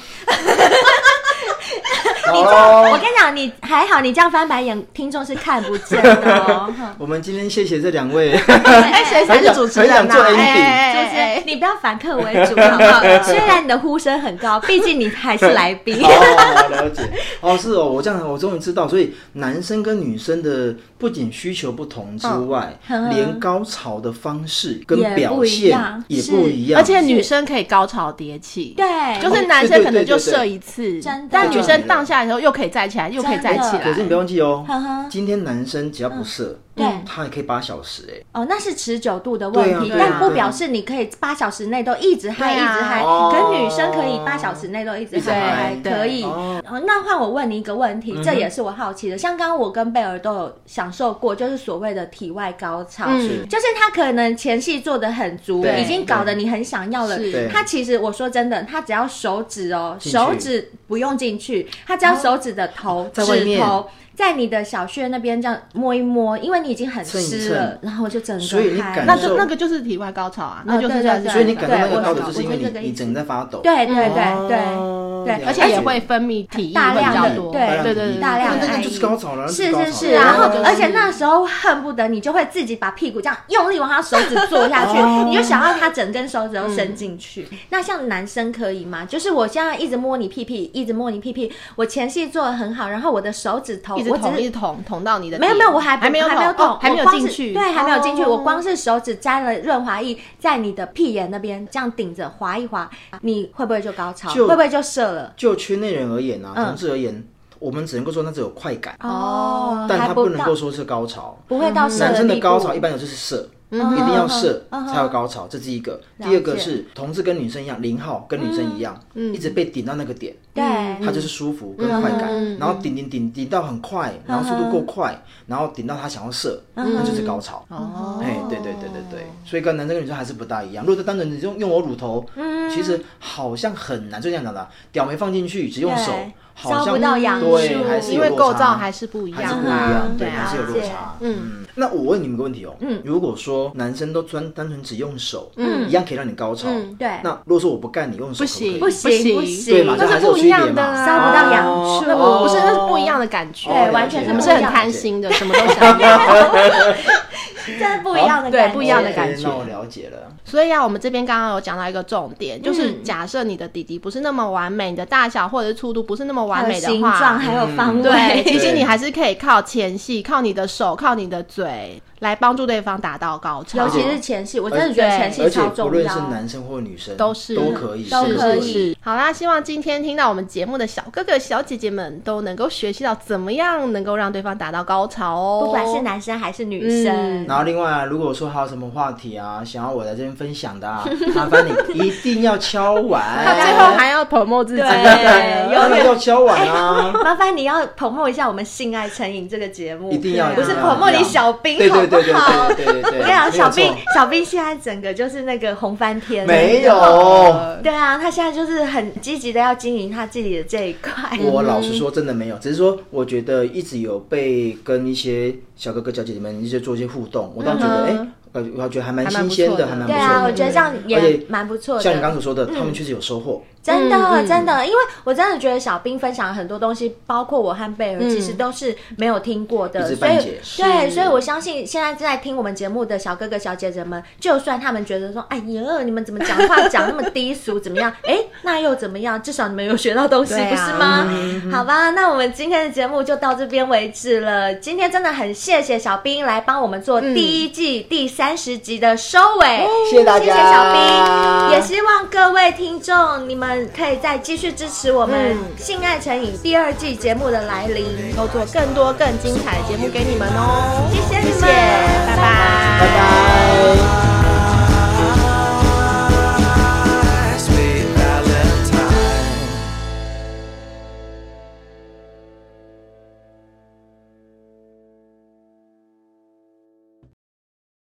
Speaker 4: 好
Speaker 3: 我
Speaker 4: 咯
Speaker 3: 跟你讲，你还好，你这样翻白眼，听众是看不见的哦。
Speaker 4: 我们今天谢谢这两 位。
Speaker 2: 哎，谁才是主持人
Speaker 4: 很
Speaker 2: 呐？
Speaker 4: 想做 ending
Speaker 2: 哎
Speaker 3: 就是
Speaker 2: 哎哎
Speaker 3: 你不要反客为主，好不好？虽然你的呼声很高，毕竟你还是来宾。
Speaker 4: 哦，了解。哦，是哦，我这样我终于知道，所以男生跟女生的不仅需求不同之外，
Speaker 3: 嗯
Speaker 4: 连高潮的方式跟
Speaker 3: 也
Speaker 4: 表
Speaker 3: 不一
Speaker 4: 现
Speaker 3: 样
Speaker 4: 也
Speaker 3: 是
Speaker 4: 不一样，哦
Speaker 2: 而且女生可以高潮迭起，
Speaker 3: 对，
Speaker 2: 就是男生可能就射一次
Speaker 3: 对对对，
Speaker 2: 但女生荡下来的时候又可以站起来，又可以站起
Speaker 4: 可是
Speaker 2: 来
Speaker 4: 你不。要忘记哦
Speaker 3: 啊呵呵，嗯
Speaker 4: 今天男生只要不射，
Speaker 3: 对
Speaker 4: 他也可以八小时哎。
Speaker 3: 哦，那是持久度的问题，
Speaker 4: 对啊
Speaker 2: 对啊
Speaker 3: 但不表示你可以八小时内都一直嗨、
Speaker 2: 对啊
Speaker 3: 一直嗨。
Speaker 4: 哦
Speaker 3: 可女生可以八小时内都一直嗨，
Speaker 2: 对
Speaker 3: 可以。
Speaker 4: 对哦
Speaker 3: 呃那换我问你一个问题，这也是我好奇的。像刚刚我跟贝尔都有享受过，就是所谓的体外高潮，
Speaker 2: 嗯
Speaker 3: 就是他可能前戏做的很足，
Speaker 4: 对
Speaker 3: 已经搞得你很想要了。
Speaker 2: 是
Speaker 4: 对
Speaker 3: 他其实我说真的，他只要手指哦，
Speaker 4: 进去哦
Speaker 3: 手指不用进去，他只要手指的头、
Speaker 4: 在外
Speaker 3: 指
Speaker 4: 面
Speaker 3: 头。在你的小穴那边这样摸一摸，因为你已经很
Speaker 4: 蹭一
Speaker 3: 湿
Speaker 4: 蹭
Speaker 3: 了，然后我就整个
Speaker 4: 所以你
Speaker 3: 嗨
Speaker 4: 感
Speaker 2: 那
Speaker 4: 受
Speaker 2: 就那个就是体外高潮啊，
Speaker 3: 哦
Speaker 2: 那就是算是
Speaker 3: 对
Speaker 4: 所以你感到那
Speaker 3: 对
Speaker 4: 个
Speaker 3: 我
Speaker 4: 高
Speaker 3: 懂
Speaker 4: 潮，就是因
Speaker 3: 我
Speaker 4: 为
Speaker 3: 觉得这个
Speaker 4: 你你整个在发抖，
Speaker 3: 对对对对
Speaker 4: 哦
Speaker 3: 对
Speaker 4: 了解
Speaker 2: 而且也会分泌体液
Speaker 3: 大
Speaker 2: 会比
Speaker 3: 量
Speaker 2: 较
Speaker 3: 的
Speaker 2: 多，
Speaker 3: 对
Speaker 2: 对对，
Speaker 3: 大量
Speaker 4: 那
Speaker 3: 的
Speaker 4: 那
Speaker 3: 爱
Speaker 4: 个
Speaker 3: 意
Speaker 4: 就是高潮了，那
Speaker 3: 是
Speaker 4: 高潮
Speaker 3: 是是，
Speaker 4: 了哦
Speaker 2: 啊
Speaker 3: 然后
Speaker 2: 就是
Speaker 3: 而且那时候恨不得你就会自己把屁股这样用力往他手指坐下去，
Speaker 4: 哦
Speaker 3: 你就想要他整根手指都伸进去。
Speaker 2: 嗯
Speaker 3: 那像男生可以吗？就是我现在一直摸你屁屁，一直摸你屁屁，我前戏做的很好，然后我的手指头，
Speaker 2: 一直
Speaker 3: 哎我只
Speaker 2: 捅一直
Speaker 3: 是
Speaker 2: 捅捅到你的地，
Speaker 3: 没有没有，我还
Speaker 2: 还
Speaker 3: 不
Speaker 2: 没有
Speaker 3: 还没有
Speaker 2: 捅
Speaker 3: 动
Speaker 2: 哦，还没有
Speaker 3: 我光是
Speaker 2: 进去，
Speaker 3: 对，还没有进去。
Speaker 2: 哦
Speaker 3: 我光是手指沾了润滑液，在你的屁眼那边这样顶着划一划，你会不会就高潮？
Speaker 4: 就
Speaker 3: 会不会就射了？
Speaker 4: 就圈内人而言啊，
Speaker 3: 嗯
Speaker 4: 同志而言，我们只能够说那只有快感，
Speaker 3: 哦，
Speaker 4: 但
Speaker 3: 还
Speaker 4: 他不能
Speaker 3: 到
Speaker 4: 够说是高潮。
Speaker 3: 不会
Speaker 2: 嗯
Speaker 3: 到射
Speaker 4: 男生的
Speaker 3: 地
Speaker 4: 高
Speaker 3: 步
Speaker 4: 潮一般有就是射，
Speaker 3: 嗯
Speaker 4: 一定要射
Speaker 3: 嗯嗯嗯
Speaker 4: 才有高潮，这是一个。
Speaker 3: 了解
Speaker 4: 第二个是同志跟女生一样，零号跟女生一样，
Speaker 3: 嗯
Speaker 4: 一直被顶到那个点，
Speaker 3: 对，
Speaker 2: 嗯
Speaker 4: 他就是舒服跟快
Speaker 3: 嗯
Speaker 4: 感，然后顶顶顶顶到很快，然后速度够快，然后顶到他想要射，
Speaker 3: 嗯
Speaker 4: 那就是高潮。
Speaker 2: 哦
Speaker 4: 哎，对对对对对，所以跟男生跟女生还是不大一样。如果是单纯你用用我乳头，
Speaker 3: 嗯
Speaker 4: 其实好像很难，就这样讲的，屌没放进去，只用手
Speaker 3: 对，
Speaker 4: 好
Speaker 3: 招
Speaker 4: 像
Speaker 3: 不到阳
Speaker 4: 对，
Speaker 3: 处
Speaker 4: 还是
Speaker 2: 因
Speaker 4: 有
Speaker 2: 为
Speaker 4: 落
Speaker 2: 构造
Speaker 4: 差
Speaker 2: 还是不一
Speaker 4: 还是
Speaker 2: 样
Speaker 4: 不一
Speaker 2: 啊
Speaker 4: 样，，对，
Speaker 2: 啊
Speaker 4: 还是有落差。
Speaker 2: 嗯，
Speaker 4: 那我问你们个问题哦，
Speaker 3: 嗯
Speaker 4: 如果说男生都专单纯只用手，嗯，一样可以让你高潮，
Speaker 2: 嗯
Speaker 3: 对
Speaker 4: 那如果说我不干，你用手可
Speaker 2: 行
Speaker 4: 可
Speaker 3: 不
Speaker 4: 以？
Speaker 3: 行
Speaker 2: 行
Speaker 3: 不
Speaker 2: 不
Speaker 3: 行
Speaker 4: 对嘛，啊
Speaker 2: 那
Speaker 4: 这还
Speaker 2: 是
Speaker 4: 有
Speaker 2: 不一
Speaker 4: 区别
Speaker 2: 样的
Speaker 4: 嘛。
Speaker 2: 啊，
Speaker 3: 烧不到痒处
Speaker 2: 那不不是那是不一样的感觉，
Speaker 4: 哦了
Speaker 3: 对，
Speaker 4: 解
Speaker 3: 完全
Speaker 4: 了
Speaker 3: 是
Speaker 2: 我们
Speaker 4: 解
Speaker 3: 不
Speaker 2: 是
Speaker 3: 一
Speaker 2: 很
Speaker 3: 样
Speaker 2: 贪
Speaker 3: 的，
Speaker 2: 心的，什么都想 要。
Speaker 3: 这是不一样的
Speaker 2: 对
Speaker 3: 感觉，
Speaker 2: 不一样的感
Speaker 4: 哎
Speaker 2: 觉
Speaker 4: 那我了解了。
Speaker 2: 所以啊，我们这边刚刚有讲到一个重点，就是
Speaker 3: 嗯
Speaker 2: 假设你的底底不是那么完美，你的大小或者是粗度不是那么完
Speaker 3: 还有
Speaker 2: 美的
Speaker 3: 形状
Speaker 2: 话，嗯
Speaker 3: 还有 方
Speaker 2: 对，其
Speaker 3: 位，
Speaker 2: 实你还是可以靠前戏、靠你的手、靠你的嘴来帮助对方达到高潮
Speaker 3: 尤。其是前戏，我真的觉得前戏
Speaker 4: 而且
Speaker 3: 超
Speaker 4: 不
Speaker 3: 重
Speaker 4: 论是
Speaker 3: 要。
Speaker 4: 男生或女生，
Speaker 2: 都是
Speaker 4: 都可以，
Speaker 3: 都
Speaker 4: 是
Speaker 3: 可
Speaker 2: 是
Speaker 3: 以
Speaker 4: 是
Speaker 2: 是，好啦，希望今天听到我们节目的小哥哥、小姐姐们都能够学习到怎么样能够让对方达到高潮哦。
Speaker 3: 不管是男生还是女
Speaker 2: 嗯
Speaker 3: 生，
Speaker 4: 然后另外啊，如果说还有什么话题啊，想要我来这边分享的啊，麻烦你一定要敲碗。
Speaker 3: 啊
Speaker 2: 他 最后还要 promote 自己，
Speaker 3: 对有
Speaker 4: 当然 要敲碗啊，
Speaker 3: 麻烦你要捧墨一下我们《性爱成瘾》这个节目，
Speaker 4: 一定要
Speaker 2: 对啊
Speaker 3: 不是
Speaker 4: 一定要
Speaker 3: 捧墨你
Speaker 4: 一定要
Speaker 3: 小兵
Speaker 4: 对
Speaker 3: 好
Speaker 4: 对
Speaker 3: 不
Speaker 4: 对对
Speaker 3: 好？
Speaker 4: 对对对对，
Speaker 3: 我跟你讲，
Speaker 4: 没有
Speaker 3: 小
Speaker 4: 错
Speaker 3: 兵小兵现在整个就是那个红翻天，
Speaker 4: 没
Speaker 2: 呃
Speaker 4: 有。
Speaker 3: 对啊，他现在就是很积极的要经营他自己的这一块。
Speaker 4: 我老实说，真的没有，只是说我觉得一直有被跟一些小哥哥、小姐姐们一些做一些互动，我倒觉
Speaker 2: 嗯
Speaker 4: 得，哎、
Speaker 2: 哼
Speaker 4: 呃，我觉得还蛮
Speaker 2: 还蛮
Speaker 4: 新
Speaker 2: 不
Speaker 4: 鲜
Speaker 2: 错的
Speaker 4: 还蛮不
Speaker 3: 对
Speaker 4: 错
Speaker 3: 啊，
Speaker 4: 的。
Speaker 3: 我觉得嗯这样
Speaker 4: 而
Speaker 3: 也
Speaker 4: 且
Speaker 3: 蛮不错的。
Speaker 4: 像你刚所说的，他们确实有收获。
Speaker 3: 真的、
Speaker 2: 嗯嗯
Speaker 3: 真的，因为我真的觉得小兵分享很多东西，包括我和贝尔，其实都是没有听过的，
Speaker 4: 一知
Speaker 3: 所
Speaker 4: 半
Speaker 3: 以
Speaker 4: 解
Speaker 3: 对，所以我相信现在正在听我们节目的小哥哥小姐姐们，就算他们觉得说，哎呀，你们怎么讲话讲那么低俗，怎么样？哎，那又怎么样？至少你们有学到东西，
Speaker 2: 对啊
Speaker 3: 不是吗？好吧，那我们今天的节目就到这边为止了。今天真的很谢谢小兵来帮我们做第一季第三十集的收尾。
Speaker 4: 谢谢大家，
Speaker 3: 谢谢小兵，也希望各位听众，你们可以再继续支持我们《性爱成瘾》第二季节目的来临。
Speaker 2: 都做更多更精彩的节目给你们哦。
Speaker 3: 谢谢你们，
Speaker 2: 谢谢拜拜
Speaker 4: 拜拜。